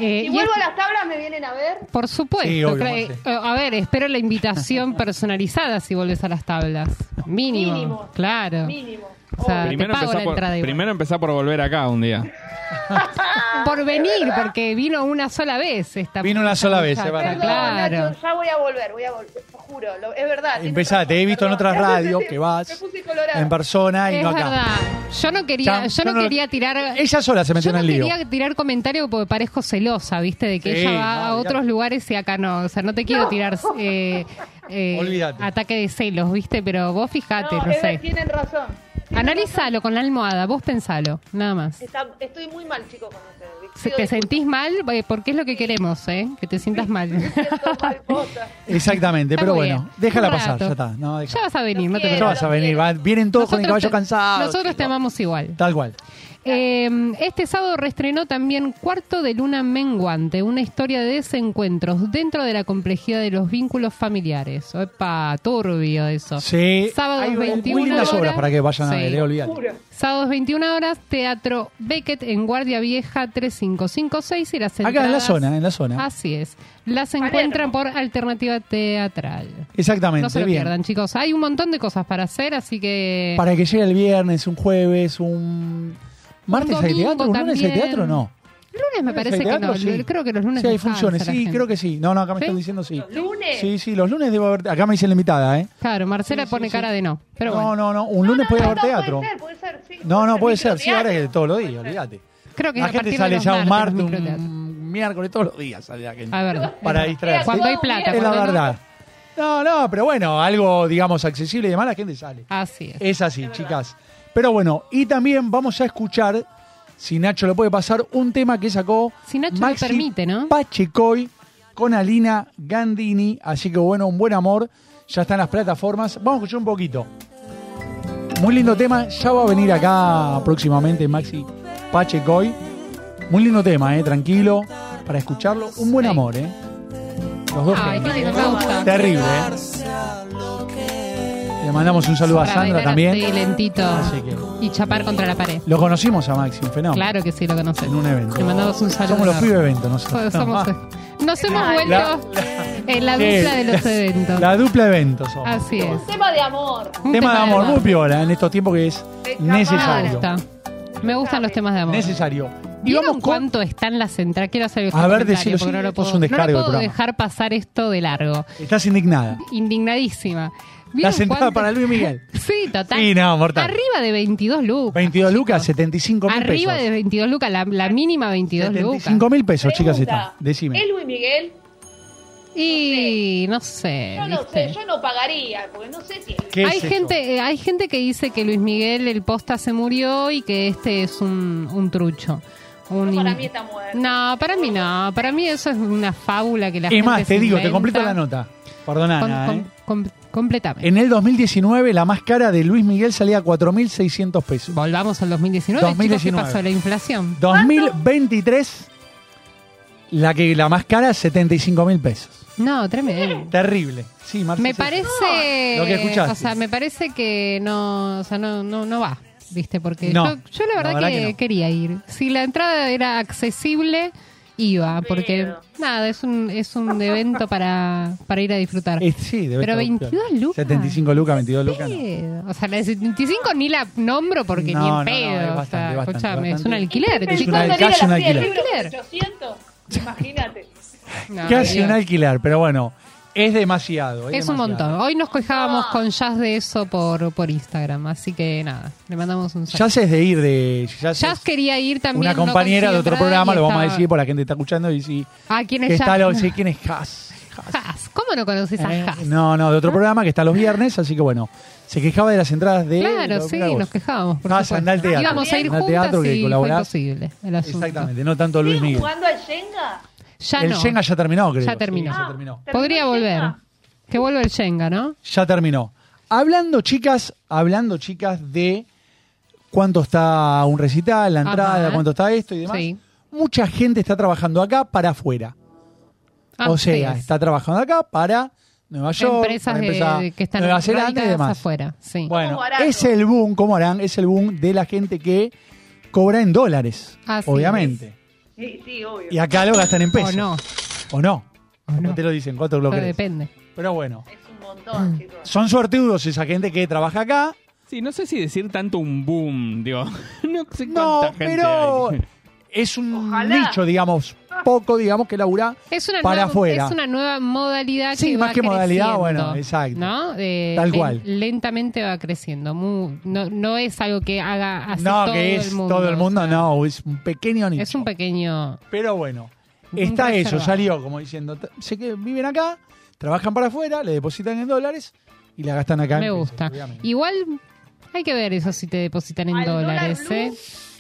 Speaker 4: Eh,
Speaker 5: Si
Speaker 4: y
Speaker 5: vuelvo
Speaker 4: es-
Speaker 5: a las tablas, me vienen a ver.
Speaker 4: Por supuesto.
Speaker 3: Sí, obvio,
Speaker 4: cre-
Speaker 3: Marce.
Speaker 4: eh, a ver, espero la invitación personalizada si volvés a las tablas. Mínimo.
Speaker 5: Mínimo.
Speaker 4: Claro.
Speaker 5: Mínimo.
Speaker 4: O sea,
Speaker 5: Obvio.
Speaker 4: Ah, te pago
Speaker 6: empezá
Speaker 4: la
Speaker 6: por,
Speaker 4: entrada igual.
Speaker 6: primero empezá por volver acá un día.
Speaker 5: Ah.
Speaker 4: Por venir, porque vino una sola vez esta.
Speaker 3: Vino una sola vez,
Speaker 4: muchacha,
Speaker 3: es verdad.
Speaker 5: Oh, Perdón,
Speaker 4: Claro.
Speaker 5: Nacho, ya voy a volver, voy a volver, te juro, lo- es verdad. tienes
Speaker 3: Eh, Empezá,
Speaker 5: razón,
Speaker 3: te he visto en
Speaker 5: perdón.
Speaker 3: otras radios que
Speaker 5: Me
Speaker 3: vas
Speaker 5: puse colorada.
Speaker 3: en persona y
Speaker 4: Es
Speaker 3: no acá.
Speaker 4: verdad. Yo no quería,
Speaker 3: Chan,
Speaker 4: yo no, quería tirar.
Speaker 3: Ella sola se metió
Speaker 4: yo no
Speaker 3: en el lío.
Speaker 4: quería tirar comentario porque parezco celosa, ¿viste? De que
Speaker 3: Sí,
Speaker 4: ella va
Speaker 3: no,
Speaker 4: a
Speaker 3: olvidate.
Speaker 4: otros lugares y acá no. O sea, no te quiero tirar eh, eh,
Speaker 3: Olvídate.
Speaker 4: ataque de celos, ¿viste? Pero vos fijate,
Speaker 5: No,
Speaker 4: no,
Speaker 5: es ver-
Speaker 4: sé.
Speaker 5: tienen razón. Tienen razón.
Speaker 4: Analízalo con la almohada, vos pensalo, nada más.
Speaker 5: Está- estoy muy mal, chicos, con ustedes. ¿viste?
Speaker 4: Si
Speaker 5: Pido
Speaker 4: te
Speaker 5: disculpas,
Speaker 4: sentís mal, eh, porque es lo que queremos, ¿eh? Que te sientas mal.
Speaker 5: siento mal cosas.
Speaker 3: Exactamente,
Speaker 4: Está
Speaker 3: pero
Speaker 4: muy
Speaker 3: bueno,
Speaker 4: bien.
Speaker 3: déjala
Speaker 4: Un
Speaker 3: pasar,
Speaker 4: rato.
Speaker 3: ya está. No,
Speaker 4: Ya
Speaker 3: déjala.
Speaker 4: vas a venir, no te
Speaker 5: quiero.
Speaker 3: Ya vas
Speaker 4: preocupes.
Speaker 3: a venir, va- vienen todos con el
Speaker 4: Nosotros
Speaker 3: caballo
Speaker 4: te-
Speaker 3: cansado.
Speaker 4: Nosotros te
Speaker 3: chicos.
Speaker 4: amamos igual.
Speaker 3: Tal cual.
Speaker 4: Eh, este sábado reestrenó también Cuarto de Luna Menguante, una historia de desencuentros dentro de la complejidad de los vínculos familiares. Opa, turbio eso.
Speaker 3: Sí,
Speaker 4: Sábados
Speaker 3: hay
Speaker 4: 21
Speaker 3: muy lindas
Speaker 4: horas.
Speaker 3: obras para que vayan a
Speaker 4: Sí.
Speaker 3: ver, eh, olvídate.
Speaker 5: Juro.
Speaker 4: Sábados 21 horas, Teatro Beckett en Guardia Vieja 3556 y las
Speaker 3: Acá en la
Speaker 4: entradas-
Speaker 3: zona, en la zona.
Speaker 4: Así es. Las encuentran por alternativa teatral.
Speaker 3: Exactamente,
Speaker 4: No se lo
Speaker 3: bien.
Speaker 4: pierdan, chicos. Hay un montón de cosas para hacer, así que.
Speaker 3: Para que llegue el viernes, un jueves, un... ¿Martes hay
Speaker 4: domingo
Speaker 3: teatro? ¿Un lunes hay
Speaker 4: también.
Speaker 3: teatro o no?
Speaker 4: lunes me
Speaker 3: ¿Lunes
Speaker 4: parece
Speaker 3: hay
Speaker 4: que
Speaker 3: teatro?
Speaker 4: no.
Speaker 3: Sí.
Speaker 4: Creo que los lunes.
Speaker 3: Sí, hay
Speaker 4: descansa
Speaker 3: funciones,
Speaker 4: la
Speaker 3: sí,
Speaker 4: gente.
Speaker 3: creo que sí. No, no, acá me
Speaker 4: ¿Sí?
Speaker 3: están diciendo sí.
Speaker 5: Lunes.
Speaker 3: Sí, sí, los lunes debe haber... Acá me dicen la invitada, ¿eh?
Speaker 4: Claro, Marcela pone cara de no. Pero
Speaker 3: no,
Speaker 4: bueno,
Speaker 3: no, no, un lunes puede
Speaker 5: no,
Speaker 3: haber
Speaker 5: no,
Speaker 3: teatro.
Speaker 5: Puede ser, puede ser, sí,
Speaker 3: No, no, puede ser, sí,
Speaker 5: microteatro.
Speaker 3: ahora es todos los días, olvídate.
Speaker 4: creo que
Speaker 3: La
Speaker 4: a partir
Speaker 3: gente
Speaker 4: de
Speaker 3: sale
Speaker 4: los
Speaker 3: ya un martes,
Speaker 4: martes,
Speaker 3: un miércoles, todos los días sale la gente.
Speaker 4: A ver.
Speaker 3: Para
Speaker 5: Mira,
Speaker 3: distraerse.
Speaker 4: Cuando hay
Speaker 5: todo
Speaker 4: plata,
Speaker 3: Es
Speaker 5: bien.
Speaker 3: la
Speaker 4: cuando no-
Speaker 3: verdad. No, no, pero bueno, algo, digamos, accesible y demás, la gente sale.
Speaker 4: Así es.
Speaker 3: Es así, chicas. Pero bueno, y también vamos a escuchar, si Nacho lo puede pasar, un tema que sacó
Speaker 4: Si Nacho lo
Speaker 3: Maxi
Speaker 4: permite, ¿no?
Speaker 3: Pachecoy con Alina Gandini. Así que bueno, un buen amor. Ya está en las plataformas. Vamos a escuchar un poquito. Muy lindo tema. Ya va a venir acá próximamente Maxi Pachecoy. Muy lindo tema, ¿eh? Tranquilo. Para escucharlo. Un buen
Speaker 4: Sí.
Speaker 3: amor, ¿eh? Los dos.
Speaker 4: Ay,
Speaker 3: genios.
Speaker 4: qué lindo, me gusta.
Speaker 3: Terrible, ¿eh? Le mandamos un saludo a
Speaker 4: Para
Speaker 3: Sandra
Speaker 4: bailar
Speaker 3: también.
Speaker 4: así, lentito.
Speaker 3: Así que-
Speaker 4: Y chapar contra la pared.
Speaker 3: Lo conocimos a Maxi, un fenómeno.
Speaker 4: Claro que sí, lo conocen.
Speaker 3: En un evento.
Speaker 4: Le mandamos un saludo.
Speaker 3: Somos los pibes eventos
Speaker 4: Pues
Speaker 3: nosotros.
Speaker 4: somos- nos hemos vuelto
Speaker 3: la-
Speaker 4: en la
Speaker 3: Sí,
Speaker 4: dupla de los
Speaker 3: la-
Speaker 4: eventos.
Speaker 3: Eh, La dupla eventos somos.
Speaker 4: Así es.
Speaker 5: Un tema de amor.
Speaker 4: Un
Speaker 3: tema de amor, muy
Speaker 4: amor. Eh,
Speaker 3: piola en estos tiempos que es
Speaker 5: De escapar.
Speaker 4: Ahora
Speaker 3: necesario.
Speaker 4: está. Me gustan los temas de amor.
Speaker 3: Necesario. Y
Speaker 4: ¿Vieron
Speaker 3: vamos con.
Speaker 4: cuánto están las entradas? Quiero hacer el
Speaker 3: A ver,
Speaker 4: comentario,
Speaker 3: decilo,
Speaker 4: porque
Speaker 3: sí,
Speaker 4: no lo
Speaker 3: esto
Speaker 4: puedo,
Speaker 3: es un
Speaker 4: no lo
Speaker 3: descargo del
Speaker 4: puedo
Speaker 3: programa.
Speaker 4: dejar pasar esto de largo.
Speaker 3: Estás indignada.
Speaker 4: Indignadísima. ¿Vieron
Speaker 3: Las entradas
Speaker 4: cuánto-
Speaker 3: para Luis Miguel.
Speaker 4: Sí, total.
Speaker 3: Sí, no, mortal.
Speaker 4: Arriba de 22 lucas.
Speaker 3: 22 lucas, 75 mil pesos.
Speaker 4: Arriba de 22 lucas, la, la mínima 22 lucas.
Speaker 3: mil pesos, chicas,
Speaker 5: Pregunta,
Speaker 3: está. Decime.
Speaker 5: ¿Es Luis Miguel?
Speaker 4: Y no sé.
Speaker 5: Yo no
Speaker 4: ¿viste?
Speaker 5: sé, yo no pagaría, porque no sé si es
Speaker 3: ¿Qué es
Speaker 4: hay
Speaker 3: eso?
Speaker 4: gente, eh, hay gente que dice que Luis Miguel el posta se murió y que este es un, un trucho. Un
Speaker 5: Para
Speaker 4: in-
Speaker 5: mí está muerto.
Speaker 4: No, para mí no. Para mí eso es una fábula que la
Speaker 3: Es
Speaker 4: gente
Speaker 3: más,
Speaker 4: se
Speaker 3: te digo, te
Speaker 4: inventa.
Speaker 3: completo la nota. Perdona,
Speaker 4: Con-
Speaker 3: Ana,
Speaker 4: con-
Speaker 3: ¿eh?
Speaker 4: com- completame.
Speaker 3: En el 2019, la más cara de Luis Miguel salía a 4.600 pesos.
Speaker 4: Volvamos al 2019. chicos,
Speaker 3: 2019.
Speaker 4: ¿Qué pasó? La inflación.
Speaker 3: 2023, la, que, la más cara, 75 mil pesos.
Speaker 4: No, tremendo.
Speaker 3: Terrible. Sí, Marce,
Speaker 4: Me
Speaker 3: es eso.
Speaker 4: parece.
Speaker 3: Lo que escuchaste.
Speaker 4: O sea, me parece que no, o sea, no, no, no va. ¿Viste? Porque
Speaker 3: No,
Speaker 4: yo, yo la verdad, que,
Speaker 3: no.
Speaker 4: quería ir. Si la entrada era accesible, iba. Porque
Speaker 5: Pero-
Speaker 4: nada, es un, es un evento para, para ir a disfrutar.
Speaker 3: Eh, sí, debe
Speaker 4: Pero
Speaker 3: estar
Speaker 4: 22 lucas.
Speaker 3: 75 lucas, 22 lucas. no.
Speaker 4: Pedo. O sea, la de 75 ni la nombro porque ni
Speaker 3: No, no, no,
Speaker 4: en pedo.
Speaker 3: es
Speaker 4: o sea,
Speaker 3: bastante, bastante,
Speaker 4: escuchame, es
Speaker 3: bastante.
Speaker 4: un alquiler,
Speaker 5: Pensé
Speaker 4: chicos.
Speaker 3: una-
Speaker 5: cuando
Speaker 3: casi
Speaker 5: leí
Speaker 3: un
Speaker 5: la fila del
Speaker 3: alquiler.
Speaker 5: libro con 800, imagínate.
Speaker 4: No,
Speaker 3: Casi
Speaker 4: Dios.
Speaker 3: un alquilar, pero bueno, es demasiado.
Speaker 4: Es un
Speaker 3: demasiado.
Speaker 4: montón. Hoy nos cojábamos
Speaker 5: No.
Speaker 4: con jazz de eso por, por Instagram, así que nada, le mandamos un saludo.
Speaker 3: Jazz es de ir de. Jazz,
Speaker 4: Jazz
Speaker 3: es
Speaker 4: quería ir también.
Speaker 3: Pues, una
Speaker 4: no
Speaker 3: compañera de
Speaker 4: consiguió
Speaker 3: otro
Speaker 4: entrada
Speaker 3: programa,
Speaker 4: y
Speaker 3: lo vamos a
Speaker 4: estaba-
Speaker 3: decir por la gente que está escuchando y sí.
Speaker 4: Ah, ¿quién
Speaker 3: que
Speaker 4: es Jazz?
Speaker 3: está lo- sí, ¿Quién es Jazz?
Speaker 4: Jazz. ¿Cómo no conoces a
Speaker 3: Eh,
Speaker 4: Jazz?
Speaker 3: no, no, de
Speaker 4: Ah.
Speaker 3: otro programa que está los viernes, así que bueno, se quejaba de las entradas de.
Speaker 4: Claro,
Speaker 3: eh, lo-
Speaker 4: sí,
Speaker 3: mirá vos.
Speaker 4: nos quejábamos. por
Speaker 3: Jazz,
Speaker 4: supuesto.
Speaker 3: andá al teatro.
Speaker 4: Íbamos a ir
Speaker 3: Andá al
Speaker 4: juntas
Speaker 3: teatro que
Speaker 4: y fue
Speaker 3: colaborás.
Speaker 4: imposible el asunto.
Speaker 3: Exactamente, no tanto Luis
Speaker 5: ¿Siguen
Speaker 3: Miguel.
Speaker 5: jugando al Jenga?
Speaker 4: Ya
Speaker 3: el
Speaker 4: no.
Speaker 3: Shenga ya terminó, creo.
Speaker 4: Ya
Speaker 3: Sí,
Speaker 4: terminó.
Speaker 3: ya
Speaker 5: Ah.
Speaker 3: terminó.
Speaker 5: ¿Terminó
Speaker 4: Podría
Speaker 5: el
Speaker 4: volver.
Speaker 5: Shenga?
Speaker 4: Que vuelva el Shenga, ¿no?
Speaker 3: Ya terminó. Hablando, chicas, hablando, chicas, de cuánto está un recital, la
Speaker 4: Ajá.
Speaker 3: entrada, cuánto está esto y demás.
Speaker 4: Sí.
Speaker 3: Mucha gente está trabajando acá para afuera.
Speaker 4: Ah,
Speaker 3: o sea,
Speaker 4: sí.
Speaker 3: está trabajando acá para Nueva York,
Speaker 4: empresas
Speaker 3: para
Speaker 4: de-
Speaker 3: empresa
Speaker 4: de- que están
Speaker 3: Nueva Zelanda y
Speaker 4: radicadas
Speaker 3: demás.
Speaker 4: afuera. Sí.
Speaker 3: Bueno,
Speaker 5: Como Arano.
Speaker 3: es el boom, como harán, es el boom de la gente que cobra en dólares,
Speaker 4: Así
Speaker 3: obviamente.
Speaker 5: Sí, sí, obvio.
Speaker 3: Y acá lo gastan en pesos.
Speaker 4: O no,
Speaker 3: O no.
Speaker 4: o no.
Speaker 3: No te pues, lo dicen, cuatro
Speaker 4: Todo
Speaker 3: bloques.
Speaker 4: depende.
Speaker 3: Pero bueno,
Speaker 5: Es un
Speaker 4: Mm.
Speaker 5: montón, chicos.
Speaker 3: son suertudos esa gente que trabaja acá.
Speaker 6: Sí, no sé si decir tanto un boom, digo. No sé cuánta
Speaker 3: No,
Speaker 6: gente
Speaker 3: pero
Speaker 6: hay.
Speaker 3: es un
Speaker 5: Ojalá.
Speaker 3: nicho, digamos, poco, digamos, que laburá.
Speaker 4: Es una,
Speaker 3: Para
Speaker 4: nueva,
Speaker 3: afuera.
Speaker 4: es una nueva modalidad
Speaker 3: Sí,
Speaker 4: que
Speaker 3: más
Speaker 4: va
Speaker 3: que modalidad,
Speaker 4: creciendo,
Speaker 3: bueno, exacto.
Speaker 4: ¿no? Eh,
Speaker 3: Tal
Speaker 4: len-
Speaker 3: cual.
Speaker 4: Lentamente va creciendo. mu- no, no es algo que haga así
Speaker 3: No,
Speaker 4: todo
Speaker 3: que es
Speaker 4: el mundo.
Speaker 3: todo el mundo,
Speaker 4: o sea,
Speaker 3: no, es un pequeño nicho.
Speaker 4: Es un pequeño...
Speaker 3: Pero bueno,
Speaker 4: Un
Speaker 3: está eso,
Speaker 4: reservado.
Speaker 3: salió como diciendo, t- sé que viven acá, trabajan para afuera, le depositan en dólares y la gastan acá. en
Speaker 4: Me
Speaker 3: pesos,
Speaker 4: gusta.
Speaker 3: obviamente.
Speaker 4: Igual hay que ver eso si te depositan en
Speaker 5: Al dólar
Speaker 4: dólares,
Speaker 5: blue.
Speaker 4: ¿eh?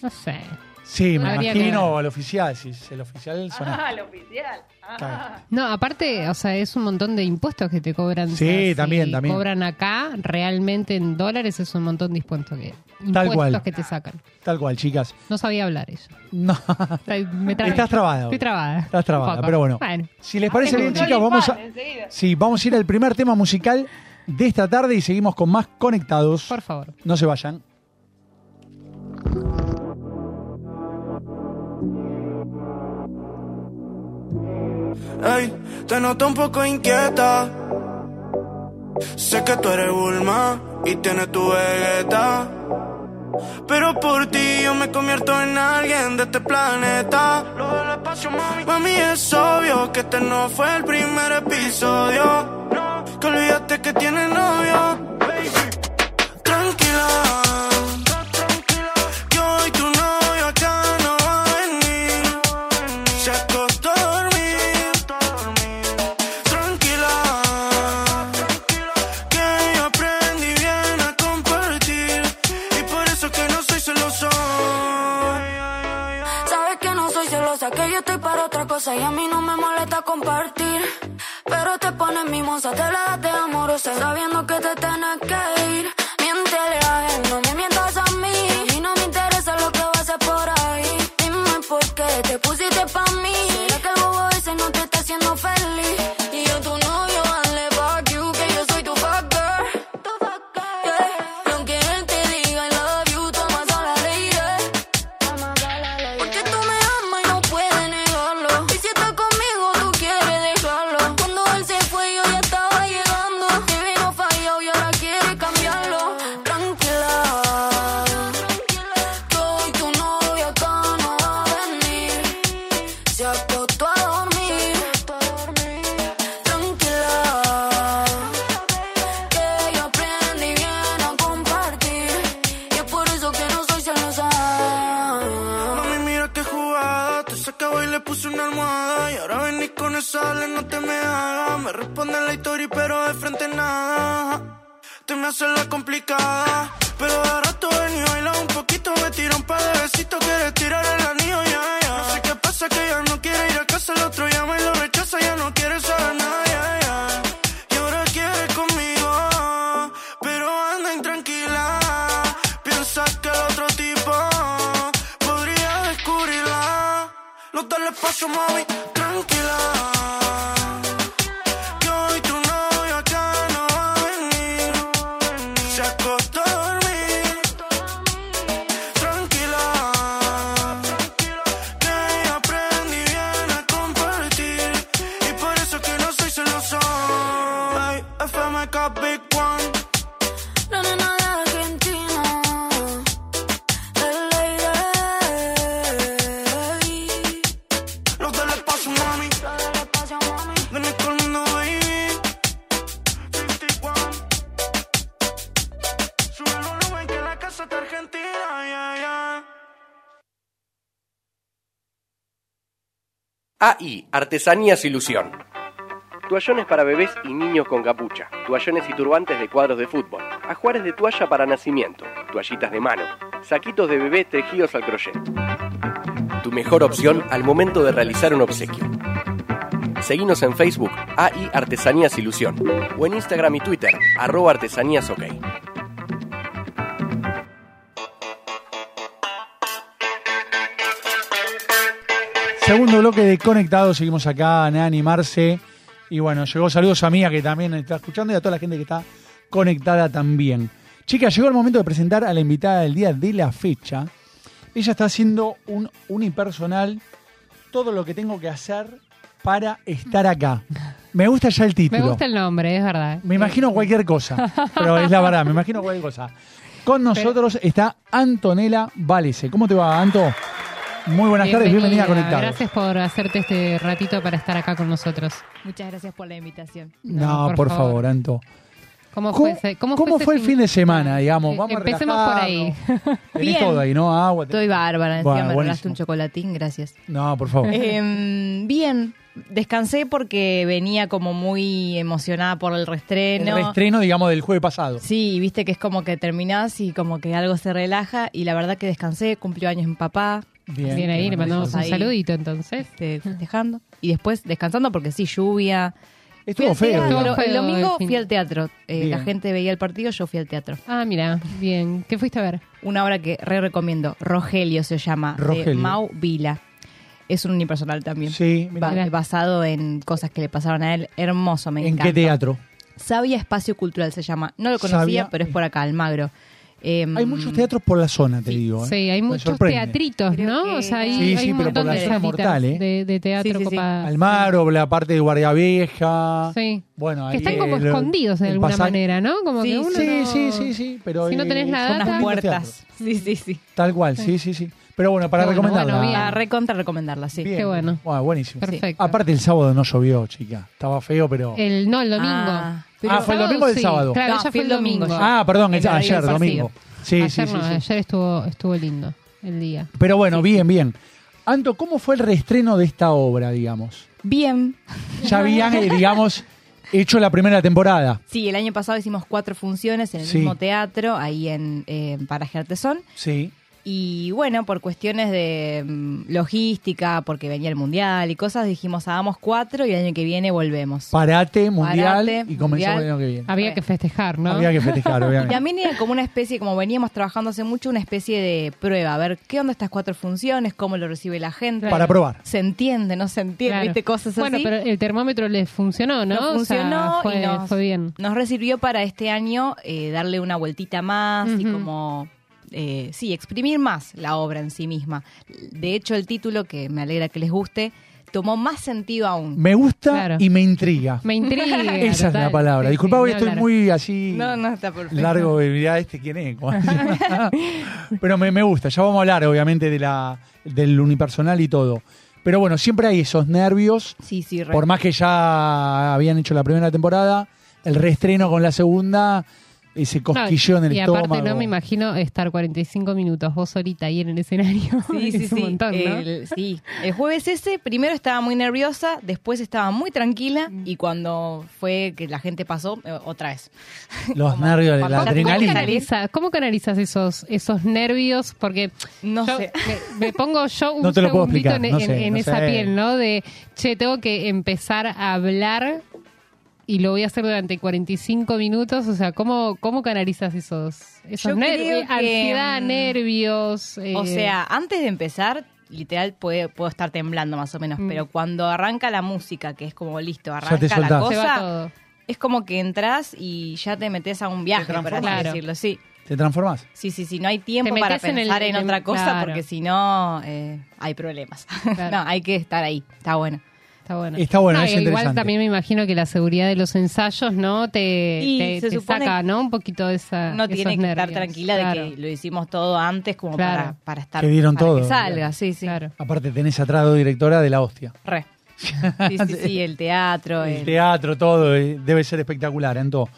Speaker 4: No sé.
Speaker 3: Sí, me
Speaker 4: Habría que ver.
Speaker 3: imagino al oficial, si es el oficial
Speaker 5: Ah,
Speaker 3: son
Speaker 5: el oficial. Ah.
Speaker 3: Claro.
Speaker 4: No, aparte, o sea, es un montón de impuestos que te cobran. O
Speaker 3: Sí,
Speaker 4: sea, si
Speaker 3: también, también.
Speaker 4: cobran acá, realmente en dólares es un montón de impuestos que,
Speaker 3: Tal
Speaker 4: impuestos
Speaker 3: cual.
Speaker 4: que te sacan.
Speaker 3: tal cual, chicas.
Speaker 4: No sabía hablar eso.
Speaker 3: No,
Speaker 4: Me trabé.
Speaker 3: estás trabada.
Speaker 4: Estoy
Speaker 3: hoy.
Speaker 4: trabada.
Speaker 3: Estás trabada,
Speaker 4: Un poco.
Speaker 3: pero bueno.
Speaker 4: Bueno,
Speaker 3: Si les parece
Speaker 4: Ah,
Speaker 3: bien,
Speaker 4: tengo
Speaker 3: chicas,
Speaker 5: Lollipop,
Speaker 3: vamos a,
Speaker 5: enseguida.
Speaker 3: sí, vamos a ir al primer tema musical de esta tarde y seguimos con más conectados.
Speaker 4: por favor.
Speaker 3: No se vayan.
Speaker 7: Ey, te noto un poco inquieta. Sé que tú eres Bulma y tienes tu Vegeta. Pero por ti yo me convierto en alguien de este planeta. Lo del espacio, mami. Mami, es obvio que este no fue el primer episodio. Que olvidaste que tienes novio. Tranquila. que hoy tu novio acá no va a venir. Se acostó a dormir. Tranquila, que yo aprendí bien a compartir y por eso que no soy celoso.
Speaker 8: Sabes que no soy celosa, que yo estoy para otra cosa y a mí no me molesta compartir. Pero te pones mimosa, te la das de amorosa, sabiendo que te tienes que ir. Miéntele a él, no me mientas a mí. Y no me interesa lo que vas a hacer por ahí. Dime por qué te pusiste pa' mí. Será que el bobo ese no te está haciendo feliz. Y yo tu novio, hazle fuck you, que yo soy tu fuck girl. Yeah. Y aunque él te diga I love you, toma sola lady. Porque tú me amas y no puedes negarlo. Y si estás conmigo, tú quieres dejarlo. Cuando él se fue, yo ya estaba llegando. Te vino fallado y ahora quiere cambiarlo. Tranquila, que hoy tu novio acá no va a venir. Se acostó a dormir. Tranquila. Que yo aprendí bien a compartir Y es por eso que no soy celosa
Speaker 7: Mami, mira qué jugada, te sacaba y le puse una almohada. Y ahora venís con esa, le no te me hagas. Me responde la historia, pero de frente nada. Te me haces la complicada. Pero de rato ven y baila un poquito. Me tira un par de besitos, quieres tirar el anillo, ya, ya. No sé qué pasa, que ya no quiere ir a casa. El otro llama y lo rechaza, ya no quiere saber nada, ya, ya. Y ahora quiere conmigo, pero anda intranquila. Piensa que el otro tipo podría descubrirla. Los dos le paso, mami, tranquila. Que hoy tu novio acá no va a venir. Se acostó a dormir. Tranquila. Que yo aprendí bien a compartir. Y por eso que no soy celoso. Ay, FMK Big One.
Speaker 8: No, no, no, de Argentina El aire
Speaker 7: Los del espacio, mami.
Speaker 8: Todo el espacio, mami
Speaker 7: Venís conmigo, baby. 51. Sube el volumen que la casa está argentina, yeah, yeah.
Speaker 1: AI, Artesanías Ilusión. Toallones para bebés y niños con capucha. Toallones y turbantes de cuadros de fútbol. Ajuares de toalla para nacimiento. Toallitas de mano. Saquitos de bebé tejidos al crochet. Tu mejor opción al momento de realizar un obsequio. Seguinos en Facebook, AI Artesanías Ilusión. O en Instagram y Twitter, arroba artesanías ok.
Speaker 3: Segundo bloque de Conectados, seguimos acá en Animarse. Y bueno, llegó saludos a Mía que también está escuchando y a toda la gente que está conectada también. Chicas, llegó el momento de presentar a la invitada del día de la fecha. Ella está haciendo un unipersonal todo lo que tengo que hacer para estar acá. Me gusta ya el título.
Speaker 4: Me gusta el nombre, es verdad.
Speaker 3: Me imagino cualquier cosa, pero es la verdad, me imagino cualquier cosa. Con nosotros está Antonella Valese. ¿Cómo te va, Anto? Muy buenas tardes, bienvenida a Conectados.
Speaker 4: Gracias por hacerte este ratito para estar acá con nosotros.
Speaker 9: Muchas gracias por la invitación.
Speaker 3: No, por, favor. Anto.
Speaker 4: ¿Cómo,
Speaker 3: ¿Cómo-
Speaker 4: fue, ese- cómo
Speaker 3: cómo
Speaker 4: ese
Speaker 3: fue el fin de semana, digamos? Vamos a
Speaker 4: Empecemos por ahí.
Speaker 3: Tenés todo ahí, ¿no? Agua. te-
Speaker 9: Estoy bárbara, encima
Speaker 3: Bueno,
Speaker 9: me regalaste
Speaker 3: buenísimo.
Speaker 9: un chocolatín, gracias.
Speaker 3: No, por favor.
Speaker 4: Eh,
Speaker 9: Em, bien, descansé porque venía como muy emocionada por el
Speaker 3: El
Speaker 9: restreno.
Speaker 3: reestreno, digamos, del jueves pasado.
Speaker 9: Sí, viste que es como que terminás y como que algo se relaja y la verdad que descansé, cumplió años mi papá,
Speaker 3: Bien,
Speaker 4: Bien ahí, le mandamos un
Speaker 9: Ahí.
Speaker 4: saludito entonces.
Speaker 9: este, festejando y después descansando porque sí, lluvia. Fui
Speaker 3: Estuvo
Speaker 9: al
Speaker 3: feo.
Speaker 9: teatro,
Speaker 3: digamos.
Speaker 4: Estuvo
Speaker 9: el
Speaker 4: feo
Speaker 9: domingo
Speaker 4: el fin.
Speaker 9: fui al teatro, Eh, la
Speaker 3: Bien.
Speaker 9: gente veía el partido, yo fui al teatro.
Speaker 4: Ah, mira, bien. ¿Qué fuiste a ver?
Speaker 9: Una obra que re recomiendo, Rogelio se llama, de
Speaker 3: Rogelio.
Speaker 9: Mau Vila. Es un unipersonal también.
Speaker 3: Sí, mirá.
Speaker 9: Ba-
Speaker 4: Mirá.
Speaker 9: basado en cosas que le pasaron a él. Hermoso, me
Speaker 3: ¿En
Speaker 9: encanta.
Speaker 3: qué teatro?
Speaker 9: Sabia Espacio Cultural se llama. No lo conocía,
Speaker 3: Sabia-
Speaker 9: pero es por acá, Almagro. Em,
Speaker 3: Hay muchos teatros por la zona, te digo. ¿eh?
Speaker 4: Mm. Sí, hay
Speaker 3: Me
Speaker 4: muchos
Speaker 3: sorprende.
Speaker 4: teatritos,
Speaker 9: Creo
Speaker 4: ¿no?
Speaker 9: que-
Speaker 4: O sea, hay,
Speaker 9: Sí,
Speaker 4: hay
Speaker 9: sí,
Speaker 4: un
Speaker 9: pero por
Speaker 4: montón
Speaker 9: la
Speaker 4: de
Speaker 9: zona
Speaker 4: salitas
Speaker 3: mortal, ¿eh?
Speaker 4: de, de teatro
Speaker 9: Sí, sí, sí.
Speaker 4: copada.
Speaker 3: Almar o la parte de Guardia Vieja.
Speaker 4: Sí.
Speaker 3: Bueno, ahí
Speaker 4: que están como
Speaker 3: el-
Speaker 4: escondidos de
Speaker 3: el
Speaker 4: alguna
Speaker 3: pasa-
Speaker 4: manera, ¿no? Como
Speaker 9: Sí,
Speaker 4: que uno
Speaker 3: Sí,
Speaker 4: no-
Speaker 3: sí, sí, sí. Pero
Speaker 4: Si no
Speaker 3: eh,
Speaker 4: tenés la
Speaker 3: son
Speaker 4: data-
Speaker 9: unas
Speaker 3: lindos teatros.
Speaker 9: puertas. Sí, sí, sí.
Speaker 3: Tal cual, sí, sí, sí. Pero bueno, para
Speaker 4: Bueno,
Speaker 3: recomendarla.
Speaker 4: bueno, bien.
Speaker 9: Para recontra recomendarla, sí.
Speaker 3: Bien.
Speaker 4: Qué bueno.
Speaker 3: Guau, buenísimo.
Speaker 4: Perfecto.
Speaker 3: Aparte el sábado no llovió, chica. Estaba feo, pero...
Speaker 4: El, no, el domingo.
Speaker 9: Ah,
Speaker 3: Ah, fue el domingo o el
Speaker 4: sí,
Speaker 3: sábado.
Speaker 4: Claro,
Speaker 9: No,
Speaker 4: ya
Speaker 9: fue
Speaker 4: fue el
Speaker 9: el domingo
Speaker 4: domingo.
Speaker 9: ya.
Speaker 3: ah, perdón, el-
Speaker 9: el
Speaker 3: ayer,
Speaker 9: partido.
Speaker 3: domingo. Sí,
Speaker 4: ayer
Speaker 3: sí, sí,
Speaker 4: no,
Speaker 3: sí.
Speaker 4: ayer estuvo, estuvo lindo el día.
Speaker 3: Pero bueno, bien, bien. Anto, ¿cómo fue el reestreno de esta obra, digamos?
Speaker 9: Bien.
Speaker 3: Ya habían, eh, digamos, hecho la primera temporada.
Speaker 9: Sí, el año pasado hicimos cuatro funciones en el
Speaker 3: Sí.
Speaker 9: mismo teatro, ahí en eh, Paraje Artesón.
Speaker 3: Sí.
Speaker 9: Y bueno, por cuestiones de mm, logística, porque venía el mundial y cosas, dijimos hagamos cuatro y el año que viene volvemos.
Speaker 3: Parate, mundial,
Speaker 9: Parate,
Speaker 3: y comenzó
Speaker 9: mundial.
Speaker 3: el año que viene.
Speaker 4: Había
Speaker 9: Bueno.
Speaker 4: que festejar, ¿no?
Speaker 3: Había que festejar,
Speaker 9: Y
Speaker 3: obviamente.
Speaker 9: también era como una especie, como veníamos trabajando hace mucho, una especie de prueba, a ver qué onda estas cuatro funciones, cómo lo recibe la gente.
Speaker 3: Para probar.
Speaker 9: Se entiende, no se entiende,
Speaker 4: Claro.
Speaker 9: viste, cosas así.
Speaker 4: Bueno, pero el termómetro les funcionó, ¿no?
Speaker 9: Nos
Speaker 4: O sea,
Speaker 9: funcionó
Speaker 4: fue,
Speaker 9: y nos,
Speaker 4: fue bien.
Speaker 9: nos resirvió para este año eh, darle una vueltita más y
Speaker 4: Ujú.
Speaker 9: como, eh, sí, exprimir más la obra en sí misma. De hecho, el título, que me alegra que les guste, tomó más sentido aún.
Speaker 3: Me gusta
Speaker 4: Claro.
Speaker 3: y me intriga.
Speaker 4: Me intriga.
Speaker 3: Esa es la
Speaker 4: total.
Speaker 3: palabra.
Speaker 4: Sí,
Speaker 3: Disculpa,
Speaker 4: sí,
Speaker 3: hoy
Speaker 4: ni
Speaker 3: estoy
Speaker 4: hablar.
Speaker 3: muy así...
Speaker 9: No, no está perfecto.
Speaker 3: Largo, eh, mirá este quién es. Como así. Pero me, me gusta, ya vamos a hablar obviamente de la, del unipersonal y todo. Pero bueno, siempre hay esos nervios,
Speaker 9: Sí, sí, re.
Speaker 3: por más que ya habían hecho la primera temporada, el reestreno con la segunda, ese
Speaker 4: No,
Speaker 3: cosquilleo en el
Speaker 4: y
Speaker 3: estómago.
Speaker 4: aparte no me imagino estar 45 minutos vos solita ahí en el escenario.
Speaker 9: Sí, sí,
Speaker 4: es un
Speaker 9: sí.
Speaker 4: montón, ¿no?
Speaker 9: El, sí. El jueves ese, primero estaba muy nerviosa, después estaba muy tranquila
Speaker 4: Mm.
Speaker 9: y cuando fue que la gente pasó, eh, otra vez.
Speaker 3: Los
Speaker 9: Como-
Speaker 3: nervios, la
Speaker 9: Papá, ¿cómo
Speaker 4: ¿Cómo
Speaker 3: adrenalina.
Speaker 9: canalizar?
Speaker 4: canalizas, cómo canalizas esos, esos nervios? Porque
Speaker 9: No
Speaker 4: yo
Speaker 9: sé.
Speaker 4: Me, me pongo yo un
Speaker 3: No te lo puedo
Speaker 4: segundito
Speaker 3: explicar,
Speaker 4: en,
Speaker 3: no
Speaker 4: en-
Speaker 3: sé,
Speaker 4: en
Speaker 3: no
Speaker 4: esa
Speaker 3: sé.
Speaker 4: piel, ¿no? De, che, tengo que empezar a hablar y lo voy a hacer durante 45 minutos. O sea, ¿cómo, cómo canalizas esos, esos
Speaker 9: Yo
Speaker 4: nervios?
Speaker 9: creo que,
Speaker 4: Ansiedad,
Speaker 9: mm,
Speaker 4: nervios. eh,
Speaker 9: O sea, antes de empezar, literal puede- puedo estar temblando más o menos,
Speaker 4: Mm.
Speaker 9: pero cuando arranca la música, que es como listo, arranca
Speaker 3: te
Speaker 9: la
Speaker 3: soltás.
Speaker 4: se va
Speaker 9: cosa,
Speaker 4: todo.
Speaker 9: es como que entras y ya te metes a un viaje, por así
Speaker 3: transformas.
Speaker 4: Claro.
Speaker 9: decirlo, sí.
Speaker 3: ¿Te transformás?
Speaker 9: Sí, sí, sí, no hay tiempo para
Speaker 4: metes en el-
Speaker 9: pensar en,
Speaker 4: en-
Speaker 9: otra cosa
Speaker 4: claro.
Speaker 9: porque si no eh, hay problemas.
Speaker 4: Claro.
Speaker 9: no, hay que estar ahí, está bueno.
Speaker 4: Está bueno.
Speaker 3: Está bueno,
Speaker 4: No, y
Speaker 3: es
Speaker 4: igual
Speaker 3: interesante.
Speaker 4: también me imagino que la seguridad de los ensayos, ¿no? Te,
Speaker 9: Y
Speaker 4: te-
Speaker 9: se
Speaker 4: te
Speaker 9: supone
Speaker 4: saca, ¿no? Un poquito de esa.
Speaker 9: No
Speaker 4: esos
Speaker 9: tiene que estar
Speaker 4: nervios.
Speaker 9: tranquila
Speaker 4: Claro,
Speaker 9: de que lo hicimos todo antes como
Speaker 4: Claro.
Speaker 9: para, para estar
Speaker 3: Que dieron
Speaker 9: para
Speaker 3: todo.
Speaker 9: salga, sí, sí.
Speaker 4: Claro.
Speaker 3: Aparte tenés atrás dos directora de la hostia.
Speaker 9: Re. Sí, sí, sí, el teatro,
Speaker 3: El
Speaker 9: el,
Speaker 3: teatro, todo, eh, debe ser espectacular, Anto.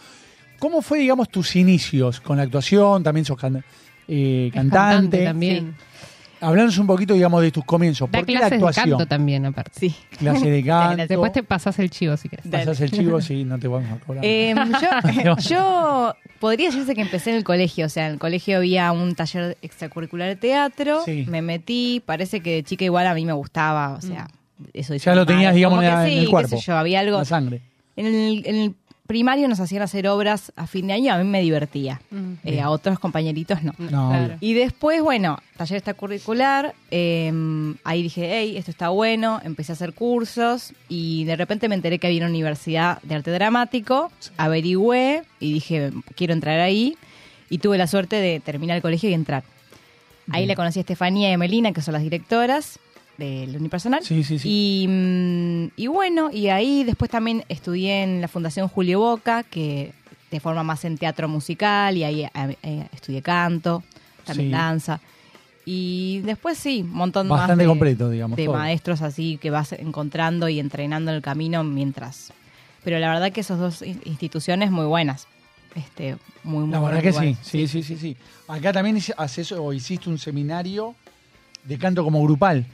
Speaker 3: ¿Cómo fue, digamos, tus inicios con la actuación? También sos can- eh,
Speaker 4: Es
Speaker 3: cantante.
Speaker 4: también.
Speaker 3: Hablanos un poquito, digamos, de tus comienzos.
Speaker 4: Da
Speaker 3: ¿Por qué la
Speaker 4: clases de
Speaker 3: actuación?
Speaker 4: canto también, aparte.
Speaker 9: sí.
Speaker 3: Clase de canto.
Speaker 4: Después te pasas el chivo si querés.
Speaker 9: Dale.
Speaker 3: pasás el chivo, sí, no te vamos a cobrar.
Speaker 9: Eh, yo, yo podría decirse que empecé en el colegio, o sea, en el colegio había un taller extracurricular de teatro,
Speaker 3: Sí.
Speaker 9: me metí, parece que de chica igual a mí me gustaba, o sea, eso dice
Speaker 3: Mm. Ya lo
Speaker 9: mi
Speaker 3: tenías,
Speaker 9: madre,
Speaker 3: digamos,
Speaker 9: como
Speaker 3: en la-
Speaker 9: que
Speaker 3: en
Speaker 9: sí,
Speaker 3: el
Speaker 9: qué
Speaker 3: cuerpo.
Speaker 9: sé yo, había algo.
Speaker 3: La sangre.
Speaker 9: En el, en el primario nos hacían hacer obras a fin de año, a mí me divertía,
Speaker 4: Mm.
Speaker 9: Eh, a otros compañeritos no.
Speaker 3: No,
Speaker 4: Claro.
Speaker 9: Y después, bueno, taller extracurricular, eh, ahí dije, hey, esto está bueno, empecé a hacer cursos y de repente me enteré que había una universidad de arte dramático, averigüé y dije, quiero entrar ahí y tuve la suerte de terminar el colegio y entrar. Ahí le conocí a Estefanía y a Melina, que son las directoras, del unipersonal.
Speaker 3: Sí, sí, sí.
Speaker 9: Y, mm, y bueno, y ahí después también estudié en la Fundación Julio Boca, que te forma más en teatro musical, y ahí eh, eh, estudié canto, también
Speaker 3: Sí.
Speaker 9: danza. Y después sí, un montón más
Speaker 3: Bastante
Speaker 9: de,
Speaker 3: completo, digamos,
Speaker 9: de
Speaker 3: todo.
Speaker 9: maestros así que vas encontrando y entrenando en el camino mientras. Pero la verdad que esas dos in- instituciones muy buenas. Este, muy, muy
Speaker 3: La verdad
Speaker 9: buenos
Speaker 3: que sí,
Speaker 9: lugares.
Speaker 3: sí, sí, sí, sí. Acá también hice- haces o hiciste un seminario de canto como grupal.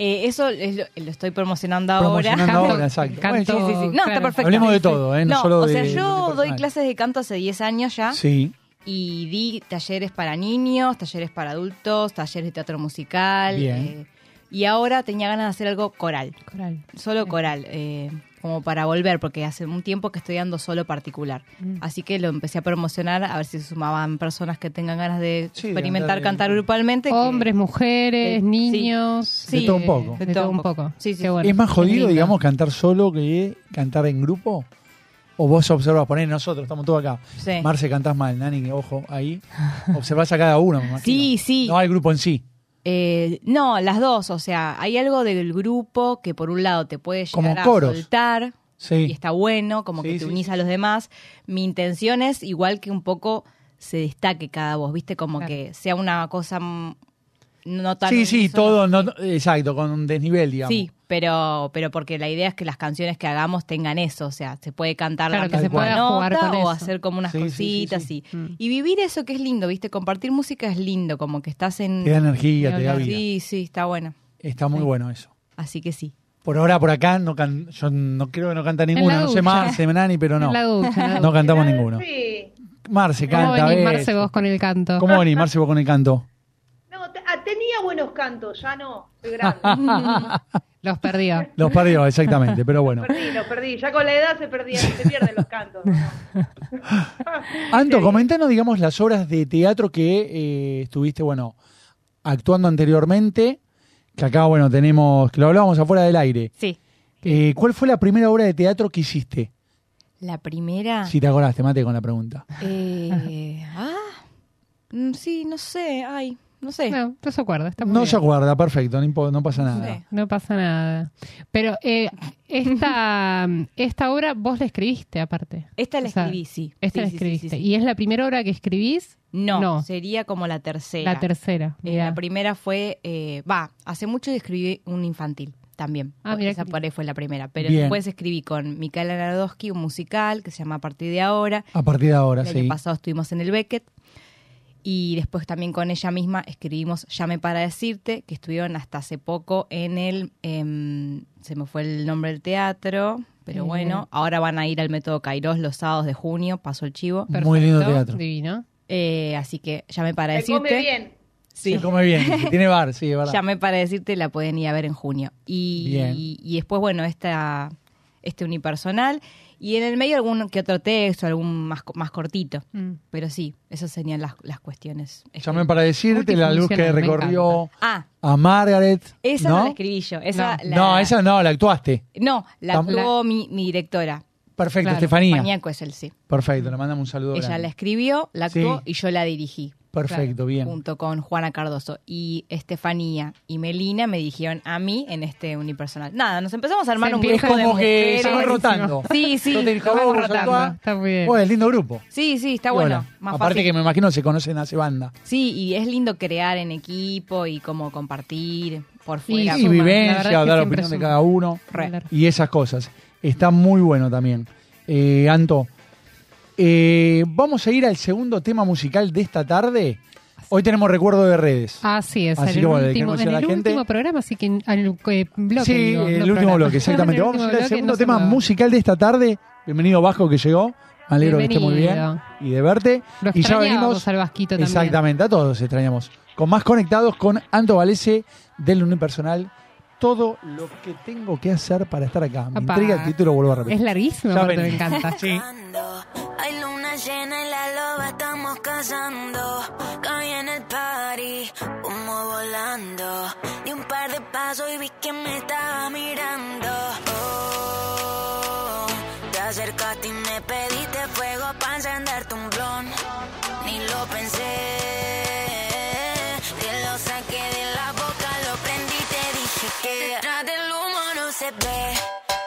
Speaker 9: Eh, eso es lo, lo estoy promocionando ahora.
Speaker 3: Promocionando
Speaker 9: Canto-
Speaker 3: ahora, exacto.
Speaker 4: canto-
Speaker 3: Bueno,
Speaker 9: Sí, sí, sí. No,
Speaker 4: claro.
Speaker 9: está perfecto.
Speaker 3: Hablemos de todo, ¿eh? No solo
Speaker 9: o sea,
Speaker 3: de- de
Speaker 9: yo
Speaker 3: personal.
Speaker 9: doy clases de canto hace 10 años ya.
Speaker 3: Sí,
Speaker 9: y di talleres para niños, talleres para adultos, talleres de teatro musical.
Speaker 3: Bien.
Speaker 9: eh, y ahora tenía ganas de hacer algo coral,
Speaker 4: Coral.
Speaker 9: solo coral, eh, como para volver, porque hace un tiempo que estoy dando solo particular.
Speaker 4: Mm.
Speaker 9: Así que lo empecé a promocionar, a ver si se sumaban personas que tengan ganas de
Speaker 3: Sí, de
Speaker 9: experimentar,
Speaker 3: andar en-
Speaker 9: cantar grupalmente. que-
Speaker 4: Hombres, mujeres,
Speaker 9: Sí.
Speaker 4: niños.
Speaker 9: Sí.
Speaker 3: de todo un poco.
Speaker 4: De todo un poco.
Speaker 9: Sí, sí.
Speaker 4: Qué bueno.
Speaker 3: ¿Es más jodido,
Speaker 4: lindo.
Speaker 3: digamos, cantar solo que cantar en grupo? ¿O vos observas, poner nosotros, estamos todos acá.
Speaker 9: Sí.
Speaker 3: Marce, cantás mal, Nani, que ojo, ahí. Observás a cada uno, me imagino.
Speaker 9: Sí, sí.
Speaker 3: No al grupo en sí.
Speaker 9: Eh, no, las dos, o sea, hay algo del grupo que por un lado te puede llegar
Speaker 3: Como
Speaker 9: a
Speaker 3: coros.
Speaker 9: soltar. y
Speaker 3: Sí.
Speaker 9: está bueno, como
Speaker 3: Sí,
Speaker 9: que te
Speaker 3: sí,
Speaker 9: unís a los demás. Mi intención es igual que un poco se destaque cada voz, ¿viste? Como
Speaker 4: Claro.
Speaker 9: que sea una cosa mm, no tan...
Speaker 3: Sí, sí,
Speaker 9: unísono.
Speaker 3: todo, no- exacto, con un desnivel, digamos.
Speaker 9: Sí, pero, pero porque la idea es que las canciones que hagamos tengan eso, o sea, se puede cantar
Speaker 4: Claro,
Speaker 9: la
Speaker 4: que
Speaker 3: se
Speaker 9: misma
Speaker 3: pueda
Speaker 9: nota
Speaker 4: jugar con
Speaker 9: o
Speaker 4: eso.
Speaker 9: hacer como unas
Speaker 3: Sí, sí, sí,
Speaker 9: cositas
Speaker 3: sí.
Speaker 9: y-
Speaker 4: Mm.
Speaker 9: Y, vivir eso que es lindo, ¿viste? Compartir música es lindo, como que estás en...
Speaker 3: Te da energía, te da vida.
Speaker 9: sí, sí, está bueno.
Speaker 3: Está muy bueno eso.
Speaker 9: Así que sí.
Speaker 3: Por ahora, por acá, no can- yo no creo que no canta ninguna.
Speaker 4: la
Speaker 3: No sé
Speaker 4: ducha.
Speaker 3: Marce, Nani, pero no.
Speaker 4: En la ducha, en la
Speaker 3: No cantamos ninguno.
Speaker 5: Sí.
Speaker 3: Marce
Speaker 4: ¿Cómo
Speaker 3: canta,
Speaker 4: venís,
Speaker 3: ¿ves?
Speaker 4: Marce, vos con el canto?
Speaker 3: ¿Cómo venís, Marce, vos con el canto?
Speaker 5: No, te- ah, tenía buenos cantos, ya no. Estoy grande.
Speaker 4: Los perdió.
Speaker 3: Los perdió, exactamente, pero bueno.
Speaker 5: Perdí, lo perdí. Ya con la edad se perdían, se pierden los cantos. ¿no?
Speaker 3: Anto, comentanos, digamos, las obras de teatro que eh, estuviste, bueno, actuando anteriormente, que acá, bueno, tenemos, que lo hablábamos afuera del aire.
Speaker 9: Sí.
Speaker 3: Eh, ¿Cuál fue la primera obra de teatro que hiciste?
Speaker 9: La primera...
Speaker 3: Si te acordaste, mate con la pregunta.
Speaker 9: Ah, Eh, ah, mm, sí, no sé, ay, no sé.
Speaker 4: No, no se acuerda. Está muy
Speaker 3: No
Speaker 4: bien.
Speaker 3: se acuerda, perfecto, no, impo- no pasa
Speaker 9: No
Speaker 3: nada.
Speaker 9: sé.
Speaker 4: No pasa nada. Pero eh, esta, esta obra vos la escribiste aparte.
Speaker 9: Esta la
Speaker 4: O sea,
Speaker 9: escribí, sí.
Speaker 4: Esta
Speaker 9: Sí,
Speaker 4: la
Speaker 9: sí, sí, sí,
Speaker 4: escribiste.
Speaker 9: sí.
Speaker 4: ¿Y es la primera obra que escribís?
Speaker 9: No,
Speaker 4: No.
Speaker 9: sería como la tercera.
Speaker 4: La tercera.
Speaker 9: Eh,
Speaker 4: mirá.
Speaker 9: la primera fue, eh, va, hace mucho escribí un infantil también.
Speaker 4: Ah, mirá
Speaker 9: Esa
Speaker 4: qué
Speaker 9: por ahí fue la primera. Pero
Speaker 3: Bien.
Speaker 9: después escribí con Micaela Narodowski un musical que se llama A partir de ahora.
Speaker 3: A partir de ahora,
Speaker 9: El año
Speaker 3: Ah, sí.
Speaker 9: pasado estuvimos en el Beckett. Y después también con ella misma escribimos Llame para decirte, que estuvieron hasta hace poco en el... em, se me fue el nombre del teatro, pero
Speaker 4: Eh.
Speaker 9: bueno. Ahora van a ir al Método Cairós los sábados de junio, paso el chivo.
Speaker 3: Muy lindo teatro.
Speaker 4: Divino.
Speaker 9: Eh, así que Llame para
Speaker 5: Se
Speaker 9: decirte...
Speaker 5: come bien.
Speaker 9: Sí.
Speaker 3: Se come bien, se tiene bar, sí, es verdad.
Speaker 9: Llamé para decirte, la pueden ir a ver en junio. Y,
Speaker 3: Bien.
Speaker 9: y, y después, bueno, esta, este unipersonal. Y en el medio algún que otro texto, algún más, co- más cortito.
Speaker 4: Mm.
Speaker 9: Pero sí, esas serían las, las cuestiones.
Speaker 3: Llamé para decirte la luz que
Speaker 4: Multifuncional, me
Speaker 3: recorrió
Speaker 9: Ah,
Speaker 3: a Margaret.
Speaker 9: esa no,
Speaker 3: ¿no?
Speaker 9: la escribí yo. Esa,
Speaker 4: No.
Speaker 9: la,
Speaker 3: No, esa no, la actuaste.
Speaker 9: No, la
Speaker 3: Tam-
Speaker 9: actuó mi, mi directora.
Speaker 3: Perfecto,
Speaker 4: Claro,
Speaker 3: Estefanía.
Speaker 9: Mañaco es el sí.
Speaker 3: Perfecto, le mandamos un saludo.
Speaker 9: Ella
Speaker 3: grande.
Speaker 9: la escribió, la
Speaker 3: Sí.
Speaker 9: actuó y yo la dirigí.
Speaker 3: Perfecto, bien.
Speaker 9: Junto con Juana Cardoso y Estefanía y Melina me dijeron a mí en este unipersonal. Nada, nos empezamos a armar
Speaker 4: Se
Speaker 9: un
Speaker 3: Es
Speaker 4: empieza
Speaker 9: grupo de
Speaker 3: como que se
Speaker 9: mujeres.
Speaker 3: va rotando.
Speaker 9: Sí, sí,
Speaker 3: Yo te digo,
Speaker 9: nos
Speaker 3: vos,
Speaker 9: vamos
Speaker 3: vos
Speaker 9: rotando.
Speaker 3: actuás.
Speaker 4: ¿eh? Está muy bien.
Speaker 3: ¿eh? Bueno, es lindo grupo.
Speaker 9: Sí, sí, está
Speaker 3: Y
Speaker 9: bueno. Más
Speaker 3: aparte
Speaker 9: fácil.
Speaker 3: que me imagino se conocen hace banda.
Speaker 9: Sí, y es lindo crear en equipo y como compartir por
Speaker 4: Y
Speaker 9: fuera.
Speaker 3: Y
Speaker 4: suma, la verdad es
Speaker 3: vivencia,
Speaker 4: que
Speaker 3: dar la
Speaker 4: siempre
Speaker 3: opinión de
Speaker 4: suma.
Speaker 3: cada uno
Speaker 9: Re.
Speaker 3: y esas cosas. Está muy bueno también. Eh, Anto, eh, vamos a ir al segundo tema musical de esta tarde. Hoy tenemos recuerdo de redes.
Speaker 4: Así Ah, es,
Speaker 3: Así
Speaker 4: en
Speaker 3: que
Speaker 4: el,
Speaker 3: bueno, le
Speaker 4: último,
Speaker 3: queremos
Speaker 4: en
Speaker 3: decir a la
Speaker 4: el
Speaker 3: gente-
Speaker 4: último programa, así que en al, eh, bloque.
Speaker 3: sí,
Speaker 4: digo, no
Speaker 3: el último
Speaker 4: programa.
Speaker 3: bloque, exactamente.
Speaker 4: El
Speaker 3: vamos a ir al
Speaker 4: último bloque,
Speaker 3: segundo
Speaker 4: no
Speaker 3: tema
Speaker 4: se mueva.
Speaker 3: musical de esta tarde. Bienvenido Vasco que llegó. Me alegro que esté muy bien
Speaker 4: Bienvenido.
Speaker 3: y de verte.
Speaker 4: Lo
Speaker 3: y ya
Speaker 4: extrañábamos
Speaker 3: venimos
Speaker 4: al Vasquito también.
Speaker 3: Exactamente, a todos extrañamos. Con más conectados con Anto Valese del Unipersonal. Todo lo que tengo que hacer para estar acá. Me
Speaker 4: Apa.
Speaker 3: intriga el título, vuelvo a repetir.
Speaker 4: Es larguísimo,
Speaker 3: Ya
Speaker 4: pero me
Speaker 3: venimos.
Speaker 4: encanta.
Speaker 3: Sí.
Speaker 8: Hay luna llena y la loba estamos cazando. Caí en el party, humo volando. Di un par de pasos y vi que me estaba mirando. Oh, te acercaste y me pediste fuego para encender tu blon. Ni lo pensé. Te lo saqué de la boca, lo prendí y te dije que
Speaker 10: se ve,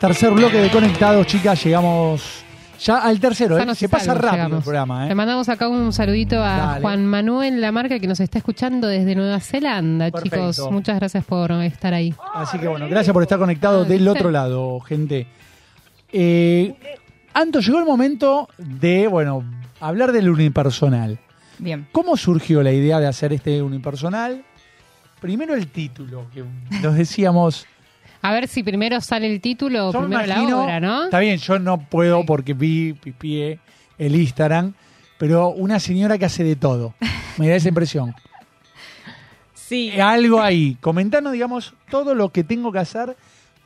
Speaker 3: Tercer bloque de Conectados, chicas, llegamos ya al tercero. ¿eh?
Speaker 4: Sanos y
Speaker 3: Se pasa
Speaker 4: salvos
Speaker 3: rápido el
Speaker 4: llegamos.
Speaker 3: programa.
Speaker 4: Le
Speaker 3: ¿eh?
Speaker 4: mandamos acá un saludito a
Speaker 3: Dale.
Speaker 4: Juan Manuel Lamarca que nos está escuchando desde Nueva Zelanda,
Speaker 3: Perfecto.
Speaker 4: chicos. Muchas gracias por estar ahí.
Speaker 3: Así que bueno, gracias por estar
Speaker 4: Ah,
Speaker 3: conectado del otro lado, gente. Eh, Anto, llegó el momento de, bueno, hablar del unipersonal.
Speaker 9: Bien.
Speaker 3: ¿Cómo surgió la idea de hacer este unipersonal? Primero el título, que nos decíamos.
Speaker 4: A ver si primero sale el título o
Speaker 3: Yo me
Speaker 4: Oh, primero la
Speaker 3: imagino-
Speaker 4: obra, ¿no?
Speaker 3: Está bien, yo no puedo porque vi, pipié el Instagram, pero una señora que hace de todo. Me da esa impresión.
Speaker 9: Sí.
Speaker 3: Algo ahí. Comentanos, digamos, todo lo que tengo que hacer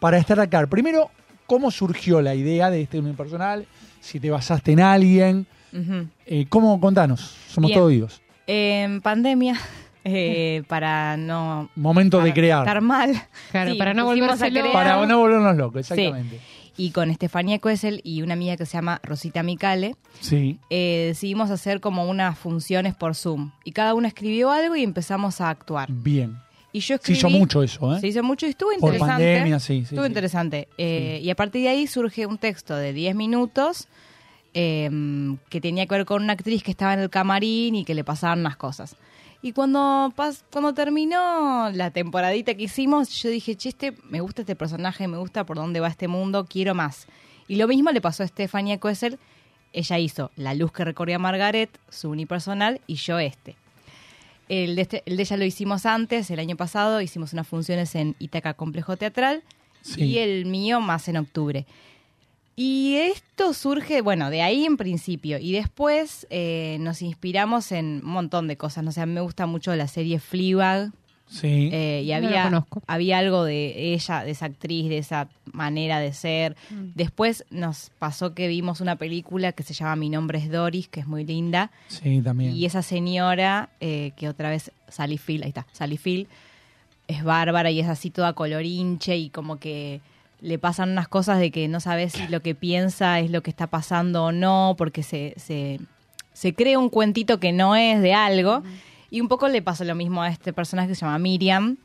Speaker 3: para estar acá. Primero, ¿cómo surgió la idea de este unipersonal? Si te basaste en alguien.
Speaker 9: Ujú.
Speaker 3: Eh, ¿Cómo? Contanos. Somos
Speaker 9: Bien.
Speaker 3: todos oídos.
Speaker 9: En pandemia, eh, para no
Speaker 3: Momento de
Speaker 9: para
Speaker 3: crear.
Speaker 9: estar mal.
Speaker 4: Claro, para no
Speaker 9: pusimos a
Speaker 4: volverse loco.
Speaker 9: crear.
Speaker 3: Para no volvernos locos,
Speaker 9: Sí.
Speaker 3: exactamente.
Speaker 9: Y con Estefanía Cuesel y una amiga que se llama Rosita Micale,
Speaker 3: Sí.
Speaker 9: eh, decidimos hacer como unas funciones por Zoom. Y cada uno escribió algo y empezamos a actuar.
Speaker 3: Bien.
Speaker 9: Y yo
Speaker 3: Se
Speaker 9: escribí,
Speaker 3: hizo mucho eso, ¿eh?
Speaker 9: Se hizo mucho y estuvo
Speaker 3: Por
Speaker 9: interesante.
Speaker 3: pandemia, sí, sí,
Speaker 9: estuvo
Speaker 3: sí.
Speaker 9: interesante. Eh, Y a partir de ahí surge un texto de 10 minutos eh, que tenía que ver con una actriz que estaba en el camarín y que le pasaban unas cosas. Y cuando, pas- cuando terminó la temporadita que hicimos, yo dije, che, este- me gusta este personaje, me gusta por dónde va este mundo, quiero más. Y lo mismo le pasó a Estefania Coesel. Ella hizo La luz que recorría Margaret, su unipersonal, y yo este. El de, este- el de ella lo hicimos antes, el año pasado, hicimos unas funciones en Itaca Complejo Teatral
Speaker 3: Sí.
Speaker 9: y el mío más en octubre. Y esto surge, bueno, de ahí en principio. Y después eh, nos inspiramos en un montón de cosas. No sé, a mí me gusta mucho la serie Fleabag.
Speaker 3: Sí.
Speaker 9: Eh, y
Speaker 4: No la
Speaker 9: había,
Speaker 4: conozco.
Speaker 9: había algo de ella, de esa actriz, de esa manera de ser.
Speaker 4: Mm.
Speaker 9: Después nos pasó que vimos una película que se llama Mi nombre es Doris, que es muy linda.
Speaker 3: Sí, también.
Speaker 9: Y esa señora, eh, que otra vez, Sally Field, ahí está, Sally Field, es bárbara y es así toda colorinche y como que le pasan unas cosas de que no sabes si lo que piensa es lo que está pasando o no, porque se, se, se cree un cuentito que no es de algo. Y un poco le pasa lo mismo a este personaje que se llama Miriam,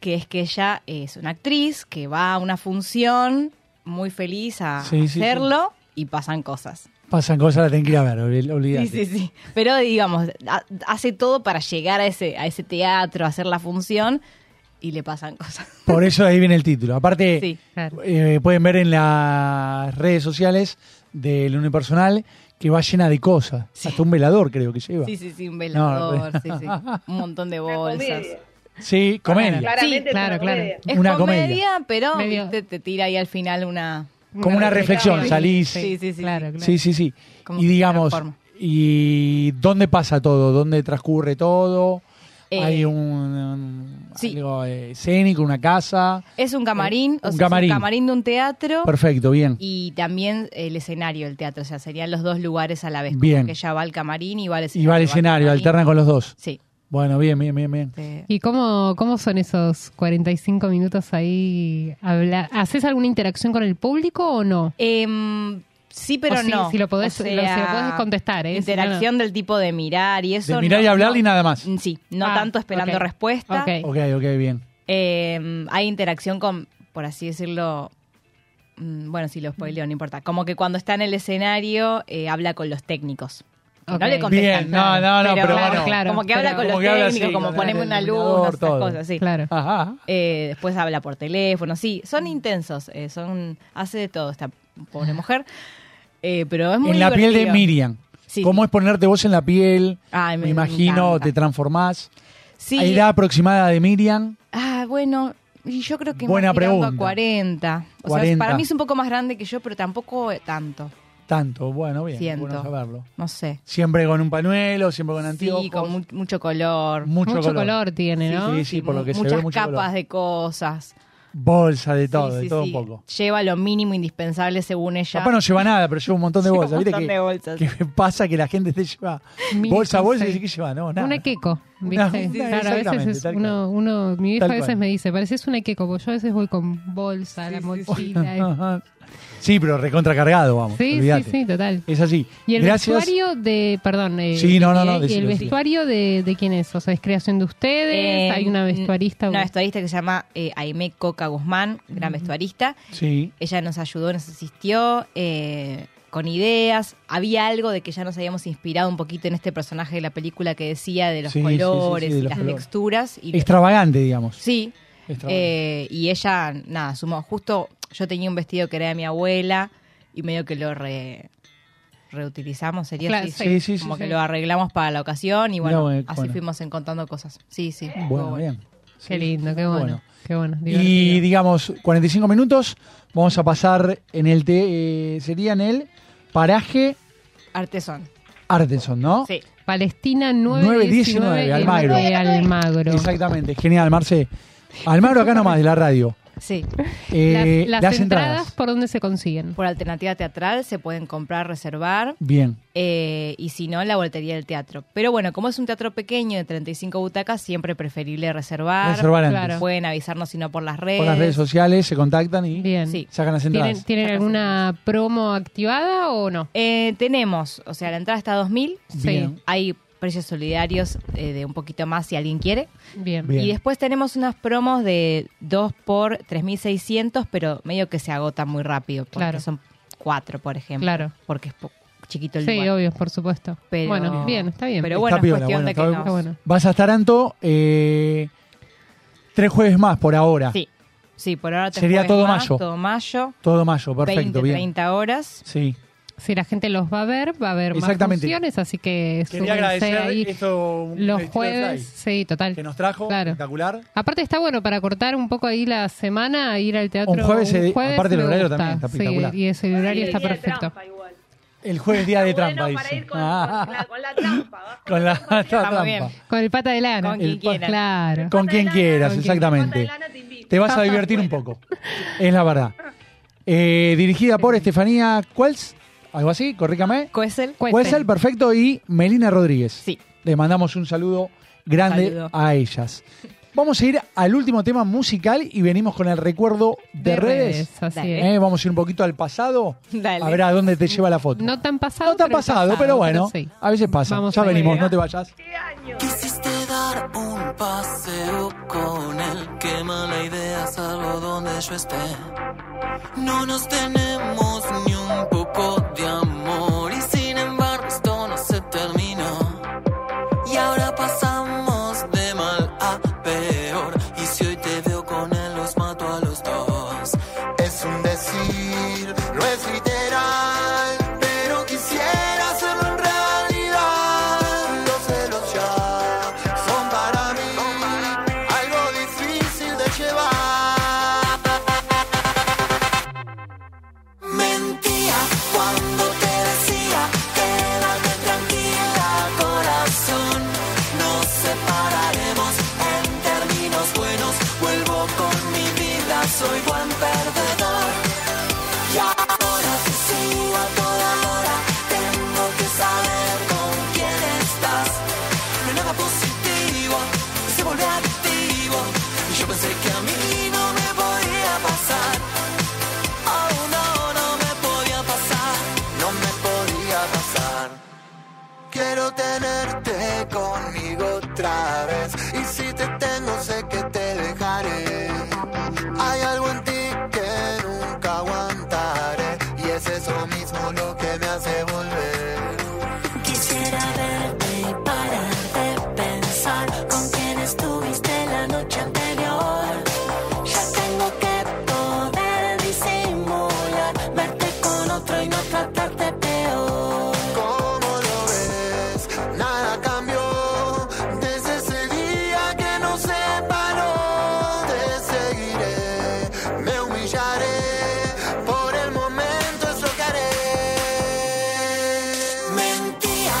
Speaker 9: que es que ella es una actriz que va a una función muy feliz a
Speaker 3: Sí, sí, sí.
Speaker 9: hacerlo y pasan cosas.
Speaker 3: Pasan cosas, la tienen que ir a ver, ol- olvidate.
Speaker 9: Sí, sí, sí. Pero digamos, ha- hace todo para llegar a ese, a ese teatro, a hacer la función y le pasan cosas.
Speaker 3: Por eso ahí viene el título. Aparte,
Speaker 9: Sí,
Speaker 3: eh, pueden ver en las redes sociales del unipersonal que va llena de cosas. Hasta un velador creo que lleva.
Speaker 9: Sí, sí, sí, un velador,
Speaker 3: No,
Speaker 9: sí, sí. Un montón de bolsas.
Speaker 3: Sí, comedia.
Speaker 9: Sí, claro, claro. Es
Speaker 3: Una
Speaker 9: una
Speaker 3: comedia.
Speaker 9: comedia, pero viste, te tira ahí al final una...
Speaker 3: Como una reflexión, salís.
Speaker 9: Sí, sí, sí. Claro,
Speaker 3: Sí, sí, sí.
Speaker 9: Como
Speaker 3: Y
Speaker 9: que
Speaker 3: digamos,
Speaker 9: transforma.
Speaker 3: ¿y dónde pasa todo? ¿Dónde transcurre todo?
Speaker 9: Eh,
Speaker 3: Hay un, un- algo eh, escénico, una casa.
Speaker 9: Es un camarín, o
Speaker 3: Eh, Un
Speaker 9: sea, es
Speaker 3: camarín.
Speaker 9: un camarín de un teatro.
Speaker 3: Perfecto, bien.
Speaker 9: Y también el escenario del teatro, o sea, serían los dos lugares a la vez.
Speaker 3: Bien.
Speaker 9: Como que ella va al camarín y va al escenario.
Speaker 3: Y va al escenario,
Speaker 9: camarín.
Speaker 3: alterna con los dos.
Speaker 9: Sí.
Speaker 3: Bueno, bien, bien, bien, bien.
Speaker 4: ¿Y cómo, cómo son esos 45 minutos ahí? habla- ¿Haces alguna interacción con el público o no?
Speaker 9: Em, sí, pero
Speaker 4: O sí,
Speaker 9: no.
Speaker 4: si lo podés-
Speaker 9: O
Speaker 4: lo- si lo podés contestar, ¿eh?
Speaker 9: Interacción
Speaker 4: Si no, no.
Speaker 9: del tipo de mirar y eso.
Speaker 3: De mirar
Speaker 9: no- Mm,
Speaker 3: y hablar y nada más.
Speaker 9: Sí, no
Speaker 4: Ah,
Speaker 9: tanto esperando
Speaker 4: ok.
Speaker 9: respuesta.
Speaker 3: Ok, ok, bien.
Speaker 9: Em, hay interacción con, por así decirlo, mm, bueno, si lo spoileo, no importa. Como que cuando está en el escenario eh, habla con los técnicos. Que No
Speaker 3: Ok.
Speaker 9: le contestan.
Speaker 3: Bien, no, no, no, pero bueno.
Speaker 9: Como que
Speaker 3: Claro,
Speaker 9: habla con
Speaker 3: como
Speaker 9: los
Speaker 3: que habla así,
Speaker 9: técnicos, como
Speaker 3: con
Speaker 9: ponemos
Speaker 3: el
Speaker 9: una luz,
Speaker 3: iluminador,
Speaker 9: esas
Speaker 3: todo.
Speaker 9: cosas, sí.
Speaker 4: Claro.
Speaker 9: Eh, después habla por teléfono, sí, son intensos, eh, son hace de todo esta pobre mujer, Eh, pero es muy
Speaker 3: en la piel de
Speaker 9: divertido.
Speaker 3: Miriam.
Speaker 9: Sí,
Speaker 3: ¿Cómo
Speaker 9: sí.
Speaker 3: es ponerte vos en la piel?
Speaker 9: Ay, me
Speaker 3: me imagino,
Speaker 9: encanta.
Speaker 3: te transformás.
Speaker 9: Sí.
Speaker 3: ¿Hay edad aproximada de Miriam?
Speaker 9: Ah, bueno, y yo creo que
Speaker 3: Buena
Speaker 9: más tirando
Speaker 3: pregunta.
Speaker 9: a 40. O
Speaker 3: 40.
Speaker 9: sea, para mí es un poco más grande que yo, pero tampoco eh, tanto,
Speaker 3: Tanto, bueno, bien.
Speaker 9: Siento.
Speaker 3: Bueno saberlo.
Speaker 9: no sé.
Speaker 3: Siempre con un pañuelo, siempre con anteojos.
Speaker 9: Sí, con mu- mucho color.
Speaker 3: Mucho Mucho color. color tiene,
Speaker 9: Sí,
Speaker 3: ¿no?
Speaker 9: Sí,
Speaker 3: Sí, sí, por lo que se
Speaker 9: muchas
Speaker 3: ve, mucho
Speaker 9: capas
Speaker 3: color.
Speaker 9: de cosas.
Speaker 3: Bolsa de todo,
Speaker 9: Sí, sí,
Speaker 3: de todo
Speaker 9: sí.
Speaker 3: un poco.
Speaker 9: Lleva lo mínimo indispensable según ella.
Speaker 3: Capaz no lleva nada, pero lleva un montón de
Speaker 9: Lleva un
Speaker 3: bolsas. ¿Viste
Speaker 9: montón
Speaker 3: que,
Speaker 9: de bolsas.
Speaker 3: que pasa que la gente te lleva bolsa a bolsa y dice que lleva, no, nada.
Speaker 4: Una queco,
Speaker 3: Una-
Speaker 4: ¿viste?
Speaker 3: una-
Speaker 4: claro, a veces
Speaker 3: exactamente,
Speaker 4: es
Speaker 3: tal
Speaker 4: uno, uno, mi vieja
Speaker 3: Tal
Speaker 4: a veces
Speaker 3: cual.
Speaker 4: me dice, pareces una queco, porque yo a veces voy con bolsa, la mochila. eh".
Speaker 3: Sí, pero recontracargado, vamos.
Speaker 4: Sí, sí,
Speaker 3: olvídate.
Speaker 4: sí, total.
Speaker 3: Es así.
Speaker 4: Y el
Speaker 3: Gracias.
Speaker 4: vestuario de, perdón, eh,
Speaker 3: Sí, no, no,
Speaker 4: eh,
Speaker 3: no,
Speaker 4: y el
Speaker 3: decilo, decilo.
Speaker 4: vestuario de, de quién es, o sea, es creación de ustedes,
Speaker 9: Eh,
Speaker 4: hay una vestuarista.
Speaker 9: Una
Speaker 4: o-
Speaker 9: vestuarista que se llama eh, Aime Coca Guzmán, gran vestuarista.
Speaker 3: Sí.
Speaker 9: Ella nos ayudó, nos asistió eh, con ideas. Había algo de que ya nos habíamos inspirado un poquito en este personaje de la película que decía de los
Speaker 3: Sí, sí, sí, sí,
Speaker 9: colores
Speaker 3: de
Speaker 9: y
Speaker 3: los
Speaker 9: las
Speaker 3: colores.
Speaker 9: texturas. Y
Speaker 3: Extravagante, digamos.
Speaker 9: Sí.
Speaker 3: Extravagante.
Speaker 9: Eh, y ella, nada, sumó. Justo yo tenía un vestido que era de mi abuela y medio que lo re- reutilizamos, sería
Speaker 3: Claro,
Speaker 9: así.
Speaker 3: sí, sí, sí,
Speaker 9: Como
Speaker 3: sí.
Speaker 9: que lo arreglamos para la ocasión y bueno,
Speaker 3: Mirá, bueno,
Speaker 9: así
Speaker 3: bueno.
Speaker 9: fuimos encontrando cosas. Sí, sí.
Speaker 3: Bueno,
Speaker 9: estuvo
Speaker 3: bien.
Speaker 4: Qué lindo, qué bueno.
Speaker 3: Bueno.
Speaker 4: Qué bueno.
Speaker 3: Y digamos, 45 minutos, vamos a pasar en el... Te, eh, sería en el paraje
Speaker 9: Artesón.
Speaker 3: Artenson, ¿no?
Speaker 9: Sí.
Speaker 4: Palestina 919,
Speaker 3: 919, Almagro.
Speaker 4: de Almagro.
Speaker 3: Exactamente, genial, Marce. Almagro acá nomás, de la radio.
Speaker 9: Sí.
Speaker 3: Eh, las, entradas.
Speaker 9: ¿por dónde se consiguen? Por alternativa teatral se pueden comprar, reservar.
Speaker 3: Bien.
Speaker 9: eh, y si no, la boletería del teatro. Pero bueno, como es un teatro pequeño de 35 butacas, siempre preferible reservar.
Speaker 3: Reservar antes. Claro.
Speaker 9: Pueden avisarnos si no por las redes.
Speaker 3: Por las redes sociales se contactan y sacan las entradas.
Speaker 9: ¿Tienen, alguna promo activada o no? Eh, tenemos, o sea, la entrada está a 2.000.
Speaker 3: Bien.
Speaker 9: Hay precios solidarios eh, de un poquito más si alguien quiere.
Speaker 4: Bien.
Speaker 3: Bien.
Speaker 9: Y después tenemos unas promos de 2 por 3.600, pero medio que se agotan muy rápido. Porque
Speaker 4: Claro.
Speaker 9: son 4, por ejemplo.
Speaker 4: Claro.
Speaker 9: Porque es po- chiquito el
Speaker 4: Sí,
Speaker 9: lugar.
Speaker 4: obvio, por supuesto.
Speaker 9: Pero-
Speaker 4: bueno, bien, está bien.
Speaker 9: Pero bueno,
Speaker 3: Está piola,
Speaker 9: es cuestión
Speaker 3: bueno,
Speaker 9: de que
Speaker 3: está-
Speaker 9: nos-
Speaker 3: Vas a estar, Anto, eh, tres jueves más por ahora.
Speaker 9: Sí, sí, por ahora te
Speaker 3: Sería
Speaker 9: jueves
Speaker 3: todo
Speaker 9: más,
Speaker 3: mayo.
Speaker 9: Todo mayo.
Speaker 3: Todo mayo, perfecto,
Speaker 9: 20,
Speaker 3: bien.
Speaker 9: 30 horas.
Speaker 3: Sí.
Speaker 4: Si la gente los va a ver, va a haber más
Speaker 3: Exactamente.
Speaker 4: funciones, así que súmense
Speaker 3: Quería agradecer
Speaker 4: ahí
Speaker 3: esto un
Speaker 4: los
Speaker 3: estilo de
Speaker 4: jueves.
Speaker 3: Fly,
Speaker 4: Sí, total.
Speaker 3: que nos trajo,
Speaker 4: Claro.
Speaker 3: espectacular.
Speaker 4: Aparte está bueno para cortar un poco ahí la semana, ir al teatro.
Speaker 3: Un jueves, eh, aparte el
Speaker 4: me
Speaker 3: horario
Speaker 4: gusta.
Speaker 3: también está
Speaker 4: Sí,
Speaker 3: espectacular.
Speaker 4: y ese horario está
Speaker 5: Día de
Speaker 4: perfecto.
Speaker 5: trampa igual.
Speaker 3: El jueves día de
Speaker 5: Está
Speaker 3: trampa,
Speaker 5: bueno para
Speaker 3: dice.
Speaker 5: ir con-
Speaker 3: Ah,
Speaker 5: con la- con la trampa, ¿va?
Speaker 3: con la con la trampa.
Speaker 4: Con el pata de lana.
Speaker 3: Con quien El pa- quieras.
Speaker 4: Claro.
Speaker 3: Con quien quieras,
Speaker 4: Con quien-
Speaker 3: exactamente. Te vas a divertir un poco. Es la verdad. Eh, dirigida por Estefanía Cuels, algo así, corrícame.
Speaker 9: Cuesel.
Speaker 4: Pues
Speaker 3: Cuesel, perfecto, y Melina Rodríguez. Sí. Le mandamos un saludo grande
Speaker 9: Saludo.
Speaker 3: a ellas. Vamos a ir al último tema musical y venimos con el recuerdo de,
Speaker 4: De
Speaker 3: redes.
Speaker 4: redes, así
Speaker 3: Eh,
Speaker 4: es.
Speaker 3: Vamos a ir un poquito al pasado.
Speaker 4: Dale.
Speaker 3: A ver a dónde te lleva la foto.
Speaker 4: No tan pasado.
Speaker 3: No tan pasado, pero bueno.
Speaker 4: sí.
Speaker 3: A veces pasa.
Speaker 4: Vamos
Speaker 3: ya
Speaker 4: a ver.
Speaker 3: venimos, no te vayas.
Speaker 2: Quisiste dar un paseo con él. Qué mala idea, salvo donde yo esté. No nos tenemos ni un poco de amor. Y sin embargo, esto no se terminó. Y ahora pasamos de mal a peor. Y si hoy te veo con él, los mato a los dos. Es un decir, no es literal.
Speaker 11: Pero quisiera hacerlo en realidad. Los celos ya son para mí algo difícil de llevar.
Speaker 2: Mentía cuando te decía quédate tranquila corazón Nos separaremos en términos buenos Vuelvo con mi vida, soy buen perdedor Y ahora te sigo a toda hora Tengo que saber con quién estás No hay nada positivo, se vuelve adictivo Y yo pensé que a mí no me podía pasar Oh no, no me podía pasar, no me podía pasar.
Speaker 11: Quiero tenerte conmigo otra vez. Y si te tengo, sé que te dejaré. Hay algo en ti que nunca aguantaré. Y es eso mismo lo que me hace volver.
Speaker 2: Quisiera verte y parar de pensar con quién estuviste la noche anterior. Ya tengo que poder disimular, verte con otro y no tratarte peor.
Speaker 11: ¿Cómo lo ves? Nada cambió desde ese día que nos separó. Te seguiré, me humillaré. Por el momento es lo que haré.
Speaker 2: Mentía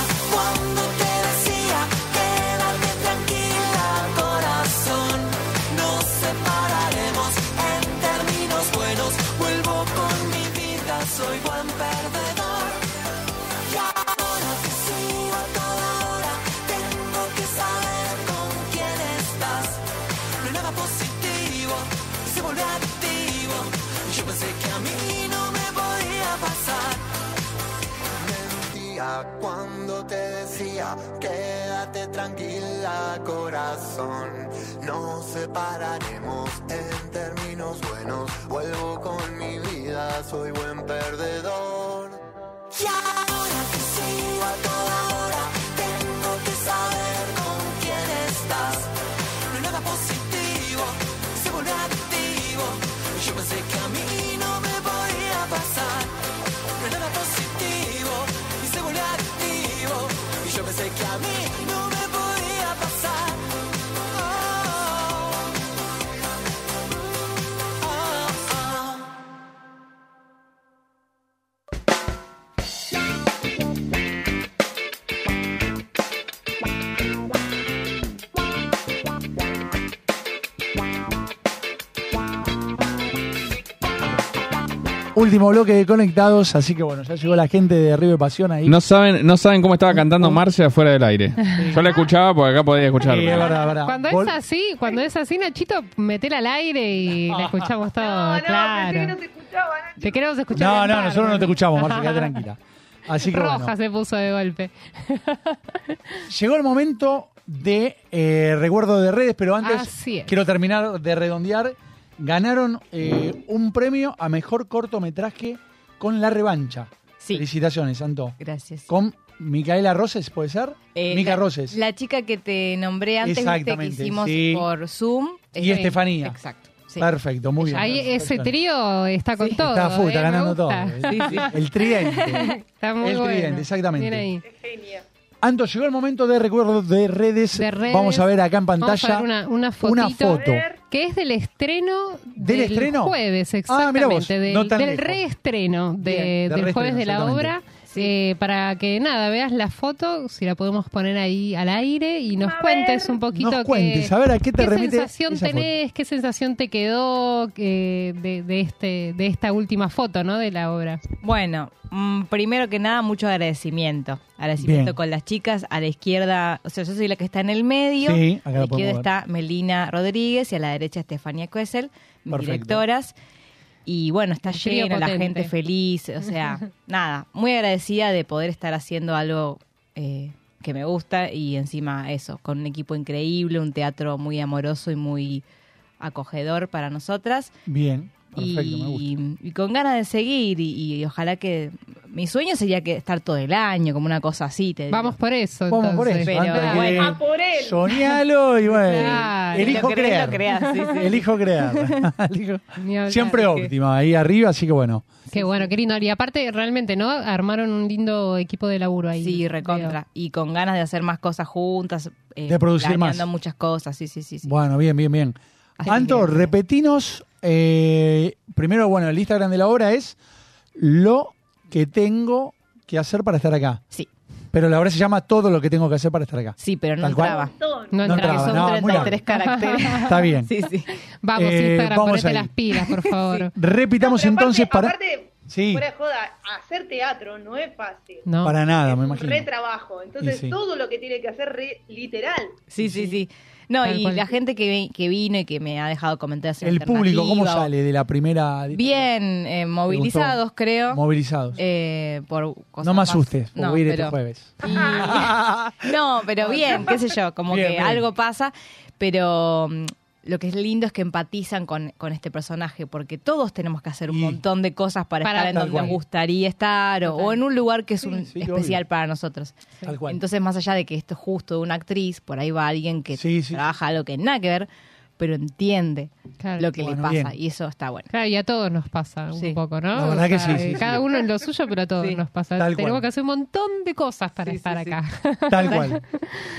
Speaker 2: cuando te decía quédate tranquila corazón Nos separaremos en términos buenos Vuelvo con mi vida, soy buen perdedor Y ahora te sigo a toda hora Tengo que saber con quién estás No hay nada positivo, se vuelve adictivo Yo pensé que a mí no me podía pasar Y ahora te sigo a toda hora, tengo que saber con quién estás. No hay nada positivo, se vuelve adictivo. Yo pensé que
Speaker 11: Mentía cuando te decía quédate tranquila corazón nos separaremos en términos buenos vuelvo con mi vida soy buen perdedor
Speaker 2: a mí no me podía pasar. No hay nada positivo, y se vuelve adictivo. Y yo pensé que a mí no me podía pasar. Oh, oh, oh.
Speaker 3: Último bloque de conectados, así que bueno, ya llegó la gente de Río de Pasión ahí. Eh,
Speaker 6: No saben, no saben cómo estaba cantando Marcia afuera del aire. Yo la escuchaba porque acá podía escucharla.
Speaker 3: Sí, es verdad, es verdad.
Speaker 4: Cuando es así, cuando es así, Nachito, metela al aire y la escuchamos todo, claro. Te queremos escuchar.
Speaker 3: No, no,
Speaker 4: cantar,
Speaker 3: nosotros no te
Speaker 4: Manu.
Speaker 3: escuchamos, Marcia, quédate tranquila. Así que
Speaker 4: Roja
Speaker 3: bueno.
Speaker 4: se puso de golpe.
Speaker 3: Llegó el momento de eh, recuerdo de redes, pero antes
Speaker 4: Así es.
Speaker 3: quiero terminar de redondear. Ganaron eh, un premio a mejor cortometraje con La Revancha. Felicitaciones, Santo.
Speaker 9: Gracias.
Speaker 3: Con Micaela Roses, ¿puede ser?
Speaker 9: Eh,
Speaker 3: Mica
Speaker 9: la-
Speaker 3: Roses.
Speaker 9: La chica que te nombré antes viste, que
Speaker 3: Exactamente,
Speaker 9: hicimos
Speaker 3: sí.
Speaker 9: por Zoom.
Speaker 3: Y
Speaker 9: Estoy-
Speaker 3: Estefanía.
Speaker 9: Exacto. Sí.
Speaker 3: Perfecto, muy bien.
Speaker 4: Ahí ese trío está con todo.
Speaker 3: Está full, está
Speaker 4: eh, me
Speaker 3: ganando todo.
Speaker 4: gusta.
Speaker 3: El tridente.
Speaker 4: Está muy
Speaker 3: El
Speaker 4: bueno.
Speaker 3: tridente, exactamente.
Speaker 4: Bien ahí.
Speaker 3: Anto, llegó el momento de recuerdo de redes. Vamos a ver acá en
Speaker 4: Vamos a ver
Speaker 3: pantalla
Speaker 4: una, una
Speaker 3: una
Speaker 4: fotito,
Speaker 3: foto.
Speaker 4: Que es del estreno
Speaker 3: ¿Del estreno?
Speaker 4: jueves,
Speaker 3: Ah, mirá vos,
Speaker 4: exactamente. del
Speaker 3: no tan
Speaker 4: del
Speaker 3: lejos.
Speaker 4: reestreno de-
Speaker 3: Bien, del
Speaker 4: del jueves
Speaker 3: reestreno,
Speaker 4: de la
Speaker 3: exactamente.
Speaker 4: obra. eh, para que nada, veas la foto, si la podemos poner ahí al aire y nos cuentes un poquito.
Speaker 3: Nos
Speaker 4: qué-
Speaker 3: cuentes, a ver, ¿a qué te remite
Speaker 4: sensación
Speaker 3: esa foto?
Speaker 4: tenés? ¿Qué sensación te quedó eh, de, de este, de esta última foto ¿no? de la obra?
Speaker 9: Bueno, mm, primero que nada, mucho agradecimiento. Agradecimiento
Speaker 4: Bien.
Speaker 9: con las chicas. A la izquierda, o sea, yo soy la que está en el medio.
Speaker 3: Sí, acá
Speaker 9: a
Speaker 3: la
Speaker 9: la
Speaker 3: podemos
Speaker 9: izquierda
Speaker 3: ver.
Speaker 9: está Melina Rodríguez y a la derecha Estefanía Cuesel, mis
Speaker 3: Perfecto.
Speaker 9: directoras. Y bueno, está
Speaker 4: trío
Speaker 9: lleno, la
Speaker 4: potente.
Speaker 9: gente feliz. O sea, nada, muy agradecida de poder estar haciendo algo eh, que me gusta y encima eso, con un equipo increíble, un teatro muy amoroso y muy acogedor para nosotras
Speaker 3: Bien, perfecto, me gusta.
Speaker 9: y, y con ganas de seguir y, y ojalá que mi sueño sería que estar todo el año como una cosa así te digo.
Speaker 4: Vamos por eso.
Speaker 3: Vamos por
Speaker 4: entonces.
Speaker 3: eso. antes de-
Speaker 9: bueno.
Speaker 5: A Ah, por él.
Speaker 3: Soñalo y bueno.
Speaker 4: Claro.
Speaker 3: elijo
Speaker 9: Lo crees,
Speaker 3: crear.
Speaker 9: lo creas, sí, sí.
Speaker 3: Elijo crear. Elijo-
Speaker 4: Ni hablar,
Speaker 3: Siempre
Speaker 4: así que-
Speaker 3: óptima, ahí arriba, así que bueno.
Speaker 4: Qué bueno, qué lindo. Y aparte, realmente, ¿no? Armaron un lindo equipo de laburo ahí.
Speaker 9: sí recontra y con ganas de hacer más cosas juntas eh,
Speaker 3: De producir más.
Speaker 9: planeando muchas cosas sí sí sí, sí.
Speaker 3: Bueno, bien, bien, bien.
Speaker 9: Así
Speaker 3: Anto,
Speaker 9: que-
Speaker 3: repetinos. eh, primero, bueno, el Instagram de la obra es lo que tengo que hacer para estar acá.
Speaker 9: Sí.
Speaker 3: Pero la obra se llama todo lo que tengo que hacer para estar acá.
Speaker 9: sí pero no
Speaker 3: Tal cual.
Speaker 9: entraba
Speaker 4: No
Speaker 3: No
Speaker 4: entraba.
Speaker 3: entraba.
Speaker 9: son
Speaker 3: no, muy
Speaker 9: 33
Speaker 3: largo.
Speaker 9: caracteres
Speaker 3: Está bien.
Speaker 9: sí sí
Speaker 4: Vamos,
Speaker 3: Eh,
Speaker 4: Instagram,
Speaker 3: vamos
Speaker 4: ponete
Speaker 3: ahí.
Speaker 4: las pilas, por favor.
Speaker 3: Repitamos
Speaker 5: Pero aparte-
Speaker 3: entonces para.
Speaker 5: Aparte,
Speaker 3: sí,
Speaker 5: fuera de joda, hacer teatro no es fácil.
Speaker 4: No.
Speaker 3: para nada, me
Speaker 5: Un
Speaker 3: imagino.
Speaker 5: retrabajo. Entonces,
Speaker 3: Y sí.
Speaker 5: todo lo que tiene que hacer, re- literal.
Speaker 9: sí sí sí no
Speaker 4: Tal
Speaker 9: y
Speaker 4: cual.
Speaker 9: la gente que, vi- que vino y que me ha dejado comentarios en
Speaker 3: El público, ¿cómo
Speaker 9: alternativa o-
Speaker 3: sale de la primera?
Speaker 9: bien eh, movilizados creo
Speaker 3: Movilizados.
Speaker 9: eh, por cosas
Speaker 3: no me
Speaker 9: más-
Speaker 3: asustes, porque
Speaker 9: No,
Speaker 3: voy a ir este
Speaker 9: pero-
Speaker 3: jueves.
Speaker 9: Y- no, pero bien, qué sé yo, como
Speaker 3: Bien,
Speaker 9: que
Speaker 3: bien.
Speaker 9: algo pasa, pero mm, lo que es lindo es que empatizan con, con este personaje, porque todos tenemos que hacer un
Speaker 3: Y-
Speaker 9: montón de cosas para,
Speaker 4: Para
Speaker 9: estar en
Speaker 4: tal
Speaker 9: donde nos
Speaker 3: cual.
Speaker 9: gustaría estar o, o en un lugar que es
Speaker 3: Sí,
Speaker 9: un
Speaker 3: sí,
Speaker 9: especial
Speaker 3: obvio.
Speaker 9: para nosotros.
Speaker 3: Tal cual.
Speaker 9: Entonces, más allá de que esto es justo de una actriz, por ahí va alguien que
Speaker 3: Sí, sí,
Speaker 9: trabaja algo que nada que ver, pero entiende
Speaker 4: Claro.
Speaker 9: lo que
Speaker 3: Bueno,
Speaker 9: le pasa
Speaker 3: bien.
Speaker 9: y eso está bueno.
Speaker 4: Claro, y a todos nos pasa
Speaker 9: Sí.
Speaker 4: un poco, ¿no?
Speaker 3: La verdad que sí, sí, sí.
Speaker 4: Cada uno en lo suyo, pero a todos
Speaker 9: Sí.
Speaker 4: nos pasa.
Speaker 3: Tal
Speaker 4: Tenemos
Speaker 3: cual.
Speaker 4: que hacer un montón de cosas para
Speaker 9: Sí,
Speaker 4: estar
Speaker 9: sí, sí.
Speaker 4: acá.
Speaker 3: Tal cual.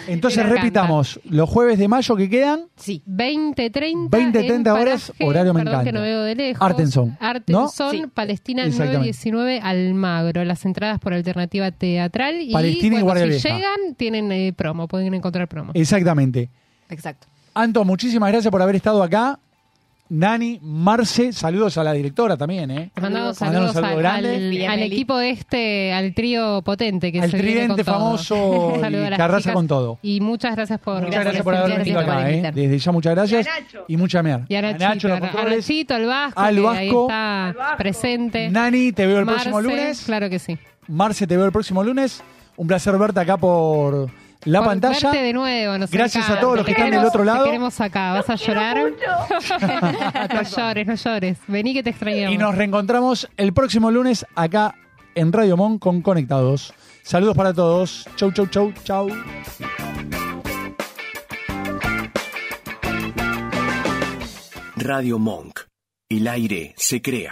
Speaker 3: Entonces
Speaker 4: Me encanta.
Speaker 3: repitamos, los jueves de mayo que quedan,
Speaker 9: Sí.
Speaker 4: 20, 30.
Speaker 3: 20, 30 horas, horario me
Speaker 4: perdón que
Speaker 3: encanta.
Speaker 4: no veo de lejos.
Speaker 3: Artenson, ¿no?
Speaker 4: Artenson,
Speaker 9: Sí.
Speaker 4: Palestina
Speaker 3: Exactamente.
Speaker 4: 919, Almagro. Las entradas por alternativa teatral. Y,
Speaker 3: Palestina y
Speaker 4: bueno,
Speaker 3: Guardia
Speaker 4: si
Speaker 3: Vieja.
Speaker 4: llegan, tienen eh, promo, pueden encontrar promo.
Speaker 3: exactamente.
Speaker 9: Exacto.
Speaker 3: Anto, muchísimas gracias por haber estado acá. Nani, Marce, saludos a la directora también, ¿eh?
Speaker 4: Te mandamos
Speaker 3: Mandamos
Speaker 4: saludos,
Speaker 3: un saludo
Speaker 4: al,
Speaker 3: grande.
Speaker 4: al-
Speaker 9: Bien,
Speaker 4: al
Speaker 9: Meli.
Speaker 4: equipo este, al trío potente que
Speaker 3: Al
Speaker 4: se viene con
Speaker 3: tridente
Speaker 4: todo.
Speaker 3: famoso
Speaker 4: Saludo a
Speaker 3: y
Speaker 4: las
Speaker 3: que arrasa
Speaker 4: chicas.
Speaker 3: con todo.
Speaker 4: Y muchas gracias por
Speaker 3: Muchas gracias por
Speaker 9: por
Speaker 3: haber venido
Speaker 9: invitarme,
Speaker 3: acá,
Speaker 9: por
Speaker 3: ¿eh?
Speaker 9: invitar.
Speaker 3: Desde ya muchas gracias.
Speaker 5: Y a Nacho.
Speaker 3: Y mucha mer.
Speaker 4: Y a
Speaker 3: A
Speaker 4: Nachito,
Speaker 3: Nacho, los
Speaker 4: a- a
Speaker 3: controles.
Speaker 4: Nachito, al Vasco,
Speaker 3: Al
Speaker 4: que ahí
Speaker 3: Vasco.
Speaker 4: está
Speaker 5: Al Vasco.
Speaker 4: presente.
Speaker 3: Nani, te veo el próximo
Speaker 4: Marce,
Speaker 3: lunes.
Speaker 4: Claro que sí.
Speaker 3: Marce, te veo el próximo lunes. Un placer verte acá por la
Speaker 4: Por
Speaker 3: pantalla.
Speaker 4: verte de nuevo, nos
Speaker 3: Gracias
Speaker 4: encanta.
Speaker 3: a todos los
Speaker 4: Te
Speaker 3: que están del
Speaker 4: queremos-
Speaker 3: otro lado.
Speaker 4: Te queremos acá, vas a llorar. no llores, no llores. Vení que te extrañamos.
Speaker 3: Y nos reencontramos el próximo lunes acá en Radio Mon con Conectados. Saludos para todos. Chau, chau, chau, chau.
Speaker 12: Radio Monk. El aire se crea.